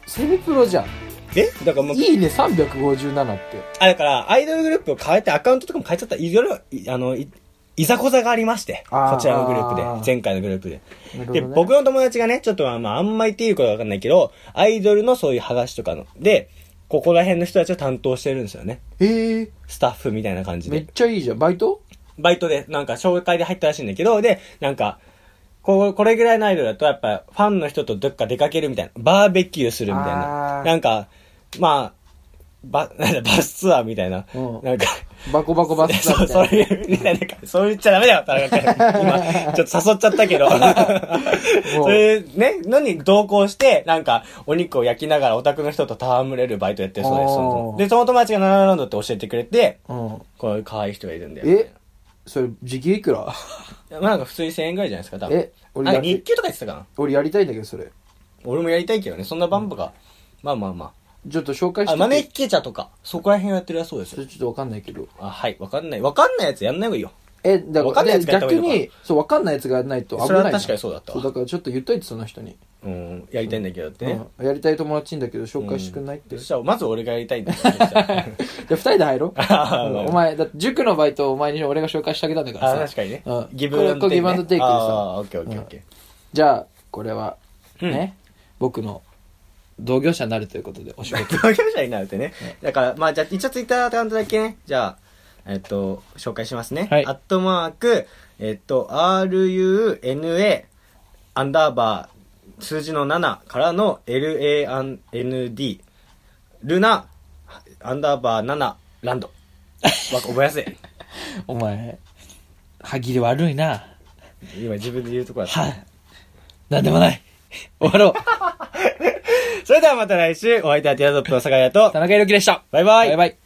[SPEAKER 2] セミプロじゃん。
[SPEAKER 1] えだからもう、
[SPEAKER 2] いいね、357って。
[SPEAKER 1] あ、だから、アイドルグループを変えて、アカウントとかも変えちゃった。いろいろ、いあの、い、いざこざがありまして。
[SPEAKER 2] あー
[SPEAKER 1] こちらのグループで
[SPEAKER 2] あー。
[SPEAKER 1] 前回のグループで。
[SPEAKER 2] なるほど
[SPEAKER 1] で、
[SPEAKER 2] ね
[SPEAKER 1] 僕の友達がね、ちょっとまあ、まあ、あんまり言っていうことはわかんないけど、アイドルのそういう剥がしとかの。で、ここら辺の人たちを担当してるんですよね。
[SPEAKER 2] ええ
[SPEAKER 1] スタッフみたいな感じ
[SPEAKER 2] め
[SPEAKER 1] で
[SPEAKER 2] っ。ちゃいいじゃん。バイト
[SPEAKER 1] バイトで、なんか、紹介で入ったらしいんだけど、で、なんか、こう、これぐらいのアイドルだと、やっぱ、ファンの人とどっか出かけるみたいな。バーベキューするみたいな
[SPEAKER 2] あ。ー
[SPEAKER 1] なんか、まあ、バ、 なんだバスツアーみたいな。
[SPEAKER 2] うん
[SPEAKER 1] なんか、
[SPEAKER 2] バコバコバスだ
[SPEAKER 1] そう、そ
[SPEAKER 2] み
[SPEAKER 1] う
[SPEAKER 2] たい
[SPEAKER 1] いう、みたいな感じ。そう言っちゃダメだよ、田中君。今、ちょっと誘っちゃったけ ど。
[SPEAKER 2] もう
[SPEAKER 1] そういう、ね、のに同行して、なんか、お肉を焼きながらオタクの人と戯れるバイトやってるそうですそ
[SPEAKER 2] おー
[SPEAKER 1] の。で、その友達がナナランドって教えてくれて、
[SPEAKER 2] な。うん。
[SPEAKER 1] こういう可愛い人がいるんだよ。
[SPEAKER 2] えそれ、時給いくら
[SPEAKER 1] まあなんか普通に1000円ぐらいじゃないですか、多分。
[SPEAKER 2] え俺
[SPEAKER 1] あれ
[SPEAKER 2] やり
[SPEAKER 1] 日給とか言ってたかな
[SPEAKER 2] 俺やりたいんだけど、それ。
[SPEAKER 1] 俺もやりたいけどね、そんなバンバが。まあまあま
[SPEAKER 2] ちょっと紹介し
[SPEAKER 1] あ。あ、
[SPEAKER 2] てて。
[SPEAKER 1] マネッケチャとか、そこら辺をやってるやつそうです
[SPEAKER 2] それ
[SPEAKER 1] よ。
[SPEAKER 2] ちょっとわかんないけど。
[SPEAKER 1] あ、はい。わかんない。わかんないやつやんない方がいいよ。
[SPEAKER 2] え、だ
[SPEAKER 1] わか
[SPEAKER 2] か
[SPEAKER 1] んない
[SPEAKER 2] ら、
[SPEAKER 1] やつがやった方
[SPEAKER 2] 逆
[SPEAKER 1] がいいのか
[SPEAKER 2] に、そう、わかんないやつがやらないと危ない
[SPEAKER 1] それ
[SPEAKER 2] な。
[SPEAKER 1] は確かにそうだったわ
[SPEAKER 2] だからちょっと言っといて、その人に。
[SPEAKER 1] うん、やりたいんだけどってね。
[SPEAKER 2] うんやりたい友達いんだけど、紹介してくんないって。
[SPEAKER 1] そし
[SPEAKER 2] じ
[SPEAKER 1] たら、まず俺がやりたいんだよ。そしたら
[SPEAKER 2] ゃあ、二人で入ろう。
[SPEAKER 1] あ
[SPEAKER 2] うん
[SPEAKER 1] ー
[SPEAKER 2] お前、だって塾のバイトをお前に俺が紹介してあげたんだから
[SPEAKER 1] あ
[SPEAKER 2] さ。
[SPEAKER 1] 確かにね
[SPEAKER 2] うん。
[SPEAKER 1] ギブアンド
[SPEAKER 2] これこ
[SPEAKER 1] テイク、
[SPEAKER 2] れギブア
[SPEAKER 1] ね。
[SPEAKER 2] ンドテイクで
[SPEAKER 1] あ
[SPEAKER 2] さ。
[SPEAKER 1] ーオッケーオッケーオッケ
[SPEAKER 2] じゃあ、これは、
[SPEAKER 1] うん
[SPEAKER 2] ね、僕の同業者になるということで、お仕 事。
[SPEAKER 1] ー。同業者になるってね。だから、まあ、じゃあ、一応ツイッターアカウントだけね、じゃあ、えっと、紹介しますね。
[SPEAKER 2] はい
[SPEAKER 1] アットマーク、えっと、runa、アンダーバー、数字の7からの land、ルナ、アンダーバー7、ランド。わ覚えやすい。
[SPEAKER 2] お前、歯切れ悪いな。
[SPEAKER 1] 今自分で言うとこだった。
[SPEAKER 2] はい。なんでもない。終わろう。
[SPEAKER 1] それではまた来週、お相手はティアドロップの酒屋と
[SPEAKER 2] 田、中裕樹でした。
[SPEAKER 1] バイバイ
[SPEAKER 2] バイバイ。